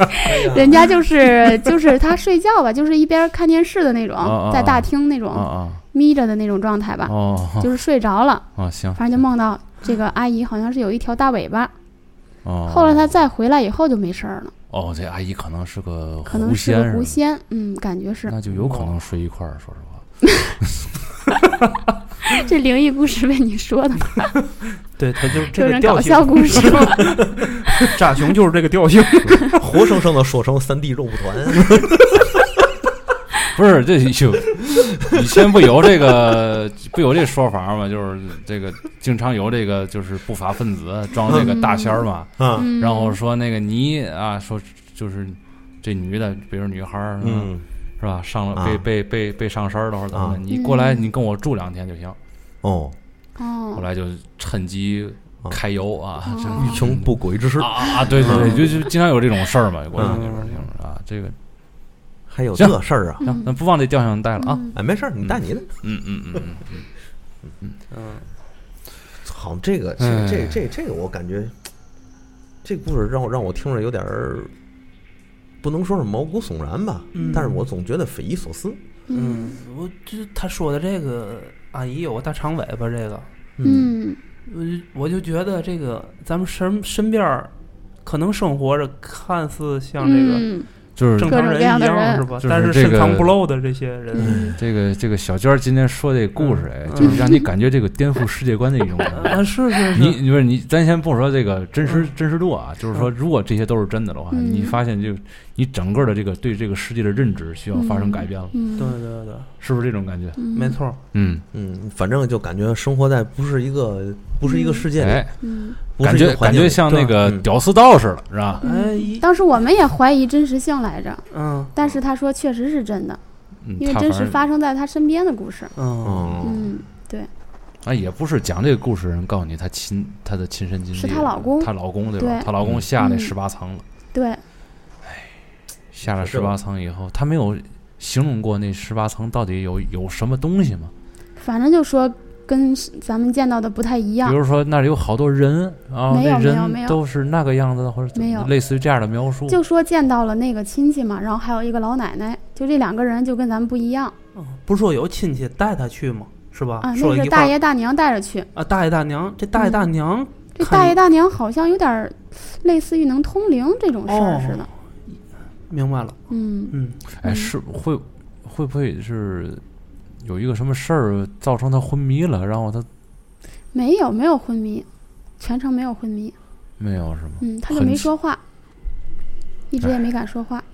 S3: 哎
S4: *laughs* 人家就是就是他睡觉吧，就是一边看电视的那
S3: 啊
S4: 种
S3: 啊，
S4: 在大厅那
S3: 啊
S4: 种
S3: 啊
S4: 眯着的那种状态吧，
S3: 哦
S4: 就是睡着了，
S3: 哦行，
S4: 反正就梦到这个阿姨好像是有一条大尾巴。
S3: 哦。
S4: 后来他再回来以后就没事儿了，
S3: 哦，这阿姨可能是个
S4: 可能是
S3: 仙
S4: 个
S3: 是吧
S4: 狐仙，嗯，感觉是。
S3: 那就有可能睡一块儿。说实话，
S4: 这灵异故事被你说的，
S2: 对，他就
S4: 就
S2: 这
S4: 是
S2: 个调
S4: 搞
S2: 性， *laughs*
S4: 笑故事。
S3: *laughs*
S2: 炸熊就是这个调性，
S1: 活生生的说成三 D 肉蒲团，
S3: *laughs* 不是这有以前不有这个 *laughs* 不有这说法吗？就是这个经常有这个就是不法分子装这个大仙儿嘛，
S1: 啊，
S4: 嗯
S3: *laughs* 然后说那个你啊，说就是这女的，比如女孩儿，
S1: 嗯，
S3: 是吧？上了
S1: 啊
S3: 被被被被上身儿了或者怎么
S1: 啊
S3: 的，你过来
S4: 嗯
S3: 你跟我住两天就行。
S1: 哦，
S3: 后
S4: 哦，
S3: 来就趁机开油啊，
S4: 哦
S3: 这
S1: 欲穷不嗯轨之事
S3: 啊，啊！对对对，就就经常有这种事儿嘛，就过
S1: 嗯
S3: 去那边儿听着啊，这个
S1: 还有这事儿啊？
S3: 行，那不往这调性带了啊，
S4: 嗯
S1: 哎，没事儿，你带你的。
S3: 嗯嗯嗯嗯嗯，
S2: *laughs* 嗯，
S1: 好，这个
S3: 哎
S1: 这这这这个，我感觉这故事让我让我听着有点儿，不能说是毛骨悚然吧，
S2: 嗯
S1: 但是我总觉得匪夷所思。
S4: 嗯
S2: 嗯，我就他说的这个阿姨有个大长尾巴，这个
S4: 嗯
S2: 我就我就觉得这个咱们身身边儿可能生活着看似像这个
S4: 嗯
S3: 就是
S2: 正常人一样是吧？
S3: 就是
S2: 但是
S3: 这
S2: 深
S3: 个
S2: 藏不露的这些人，
S4: 嗯，
S3: 这个这个小娟儿今天说这个故事，哎，
S2: 嗯
S3: 就是让你感觉这个颠覆世界观的一种。
S2: 啊，是是是，
S3: 你
S4: *laughs*
S3: 你不是你，咱先不说这个真实真实度啊，就是说，如果这些都是真的的话，
S4: 嗯
S3: 你发现就你整个的这个对这个世界的认知需要发生改变了，
S4: 嗯，
S2: 对对对，
S3: 是不是这种感觉？
S4: 嗯，
S2: 没错，
S3: 嗯，
S1: 嗯，反正就感觉生活在不是一个不是一个世界里，
S3: 哎，
S4: 嗯。
S1: 不
S3: 感
S1: 是一
S3: 觉
S1: 个环
S3: 感
S1: 境
S3: 觉
S1: 里。
S3: 像那个
S1: 嗯
S3: 屌丝道似的，是吧？
S4: 嗯
S2: 哎一
S4: 当时我们也怀疑真实性来着，
S2: 嗯
S4: 但是他说确实是真的，
S3: 嗯
S4: 因为
S3: 他
S4: 真
S3: 反
S4: 实
S3: 正
S4: 发生在他身边的故事。
S2: 嗯
S1: 嗯，
S4: 嗯，对，
S3: 啊，也不是讲这个故事的人告诉你他亲他的亲身经历，
S4: 是她老公
S3: 她老公对吧？
S4: 对
S3: 她老公下那
S4: 嗯
S3: 十八层了，
S4: 对，
S3: 下了
S1: 是
S3: 十
S1: 这
S3: 八
S1: 样
S3: 层以后，他没有形容过那十八层到底有有什么东西吗？
S4: 反正就说跟咱们见到的不太一
S3: 比
S4: 样。
S3: 如说那里有好多人啊，
S4: 没有
S3: 那
S4: 没有没
S3: 人
S4: 有
S3: 都是那个样子的，或者怎么
S4: 没有
S3: 类似于这样的描述。
S4: 就说见到了那个亲戚嘛，然后还有一个老奶奶，就这两个人就跟咱们不一样
S2: 嗯，不是说有亲戚带他去吗？是吧？
S4: 啊。
S2: 说
S4: 那
S2: 一块
S4: 是大
S2: 儿
S4: 爷嗯大娘带着去，
S2: 啊，大爷大娘，这大爷大娘
S4: 这
S2: 看
S4: 大爷
S2: 你
S4: 大娘好像有点儿类似于能通灵这种事儿似的。
S2: 明白了，
S4: 嗯，
S2: 嗯，
S3: 哎，
S4: 嗯
S3: 是会会不会是有一个什么事儿造成他昏迷了，然后他
S4: 没有没有昏迷，全程没有昏迷。
S3: 没有是吗？
S4: 嗯，他就
S3: 很
S4: 没
S3: 奇
S4: 说话，一直也没敢说话。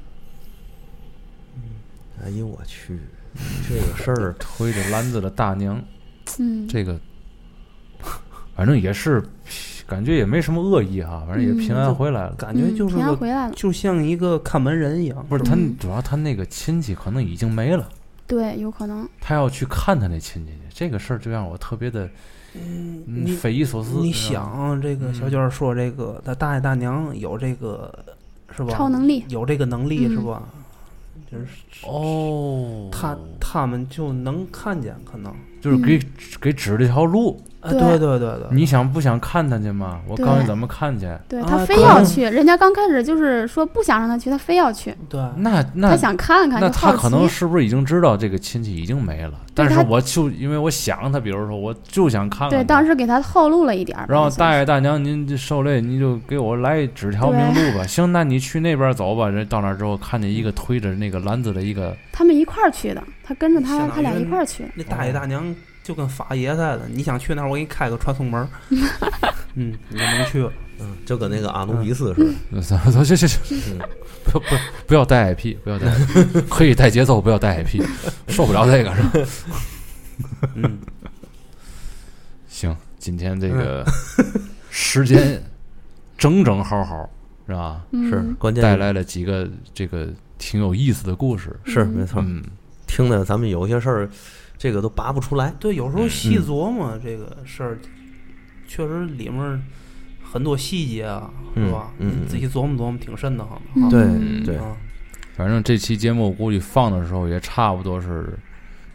S1: 哎呦我去，这个事儿
S3: 推着篮子的大娘，
S4: 嗯，
S3: 这个反正也是感觉也没什么恶意哈、反正也平安回来了。
S2: 感觉
S4: 嗯
S2: 就是
S4: 平安
S2: 个
S4: 回来了。
S2: 就像一个看门人一样，
S3: 不是他
S4: 嗯
S3: 主要他那个亲戚可能已经没了，
S4: 对，有可能。
S3: 他要去看他那亲戚去，这个事儿就让我特别的嗯
S2: 你
S3: 匪夷所思。
S2: 你
S3: 知道
S2: 想
S3: 吗，
S2: 啊这个
S3: 嗯
S2: 小娟儿说这个，他大爷大娘有这个是吧？
S4: 超能力
S2: 有这个能力
S4: 嗯
S2: 是吧？就是
S1: 嗯
S3: 哦，
S2: 他他们就能看见，可能
S3: 就是给
S4: 嗯
S3: 给指了一条路，
S2: 啊，
S4: 对
S2: 对对对对，
S3: 你想不想看他去吗？我
S4: 对
S3: 告诉你怎么看去。
S4: 对
S2: 啊
S4: 他非
S2: 可
S4: 要
S2: 能
S4: 去，人家刚开始就是说不想让他去，他非要去，
S2: 对
S3: 那那
S4: 他想看看，
S3: 那
S4: 就
S3: 他
S4: 好
S3: 可能
S4: 奇。
S3: 是不是已经知道这个亲戚已经没了？但是
S4: 他
S3: 我就因为我想他，比如说我就想看看
S4: 对，
S3: 他
S4: 当时给他透露了一点儿。
S3: 然后
S4: 好像
S3: 大
S4: 是
S3: 爷大娘，您这受累，您就给我来指条明
S4: *laughs*
S3: 路吧。行，那你去那边走吧。人到那儿之后，看见一个推着那个篮子的一个，
S4: 他们一块儿去的，他跟着他，
S2: 相
S4: 他俩
S2: 当于
S4: 一块儿去的。
S2: 那大爷大娘就跟法爷似的，你想去那儿，我给你开个传送
S4: *laughs*
S2: 门儿，嗯，你就能去了。
S1: 嗯就跟那个阿努比斯似的，
S3: 走走行行行，不不不要带 IP，不要带，可以带节奏，不要带 IP，受不了这个是吧？
S2: 嗯，
S3: 行，今天这个时间整整好好是吧？
S4: 嗯
S1: 是关键
S3: 带来了几个这个挺有意思的故事。
S1: 是
S4: 嗯
S1: 没错，
S3: 嗯，
S1: 听的咱们有些事儿，这个都拔不出来。
S2: 对，有时
S1: 嗯
S2: 候细琢磨这个事儿，确实里面儿很多细节啊，
S1: 嗯
S2: 是吧？
S1: 嗯
S2: 你仔细琢磨琢磨，挺瘆得慌的
S4: 嗯
S2: 哈。
S1: 对对，
S2: 啊，
S3: 反正这期节目我估计放的时候也差不多是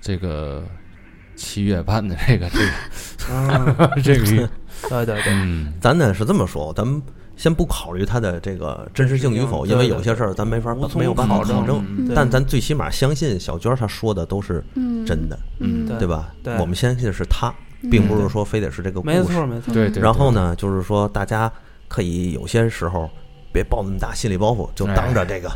S3: 这个七月半的这个这
S2: 嗯，
S3: 个这个，
S2: 对对对，
S3: 嗯，
S1: 咱呢是这么说，咱们先不考虑它的这个真实性与否，因
S2: 真实性
S1: 为有些事儿咱没法
S2: 无
S1: *laughs*
S2: 从
S1: 没有办法
S2: 考
S1: 考证。
S3: 嗯
S4: 对
S1: 但咱最起码相信小娟儿她说的都是
S4: 嗯，
S1: 真的，
S4: 嗯，
S2: 对
S1: 对吧？
S2: 对
S1: 我们相信是她，
S4: 嗯
S1: 并不是说非得是这个故
S2: 没
S1: 事。
S2: 错没错。
S3: 对对。
S1: 然后呢，就是说大家可以有些时候别抱那么大心理包袱，就当着这个，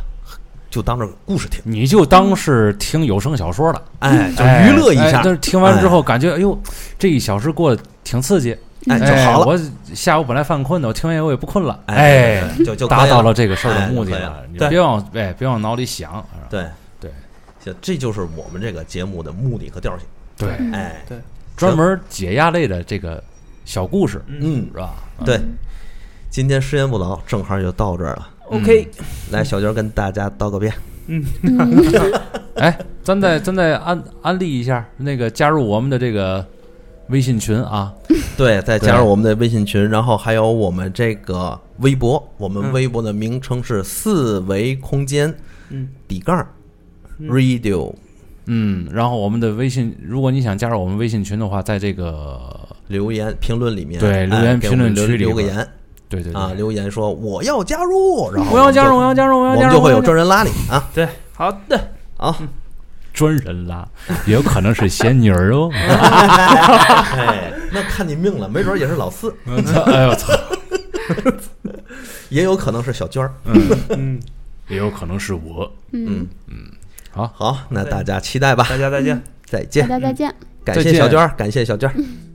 S1: 就当着故事听
S3: 对？，你就当是听有声小说了，
S1: 哎，就
S3: 哎
S1: 娱乐一
S3: 哎
S1: 下
S3: 但，是听完之后感觉，哎呦，这一小时过得挺刺激，
S1: 哎就好了。
S3: 我下午本来犯困的，我听完以后也不困了，
S1: 哎
S3: 哎，，
S1: 就就可以
S3: 达到了这个事儿的目的
S1: 哎就可以了
S3: 你
S1: 对
S3: 别往哎别往脑里想，是吧
S1: 对
S3: 对
S1: 行，这就是我们这个节目的目的和调性。
S3: 对，
S4: 嗯
S1: 哎，
S2: 对，
S3: 专门解压类的这个小故事
S1: 嗯
S3: 是，吧？
S1: 对，今天时间不早，正好就到这儿了。
S2: OK，
S1: 来，小娟跟大家道个别。
S3: 哎，咱再咱再安安利一下，那个加入我们的这个微信群啊，
S1: 对，再
S3: 对
S1: 加入我们的微信群，然后还有我们这个微博，我们微博的名称是四维空间
S2: 嗯，
S1: 底杠 radio
S3: 嗯，然后我们的微信，如果你想加入我们微信群的话，在这个
S1: 留言评论里面，
S3: 对
S1: 哎
S3: 留言
S1: 给我
S3: 评论
S1: 们留
S3: 区里
S1: 留个
S3: 边
S1: 言
S3: 对对对，
S1: 啊，留言说我要加入，然后
S3: 我要
S1: 们就
S3: 加入，我，要加入，我要
S1: 我
S3: 加
S1: 们
S3: 入，
S1: 就会
S3: 我
S1: 有
S3: 要加
S1: 真
S3: 入
S1: 人拉你
S3: *laughs*
S1: 啊。
S2: 对，好的，
S1: 好，
S3: 专人拉，也有可能是仙女儿哦，
S1: 哎，那看你命了，没准儿也是老四，
S3: 我操哎呦操，
S1: 也有可能是小娟儿。
S2: 嗯，
S3: 也有可能是我。
S1: 嗯
S4: 嗯，
S1: 好，那大家期待吧，
S2: 大家再见。
S1: 再见
S4: 大，家再见。
S1: 感谢
S3: 再见
S1: 小娟儿，感谢小娟儿。
S3: 嗯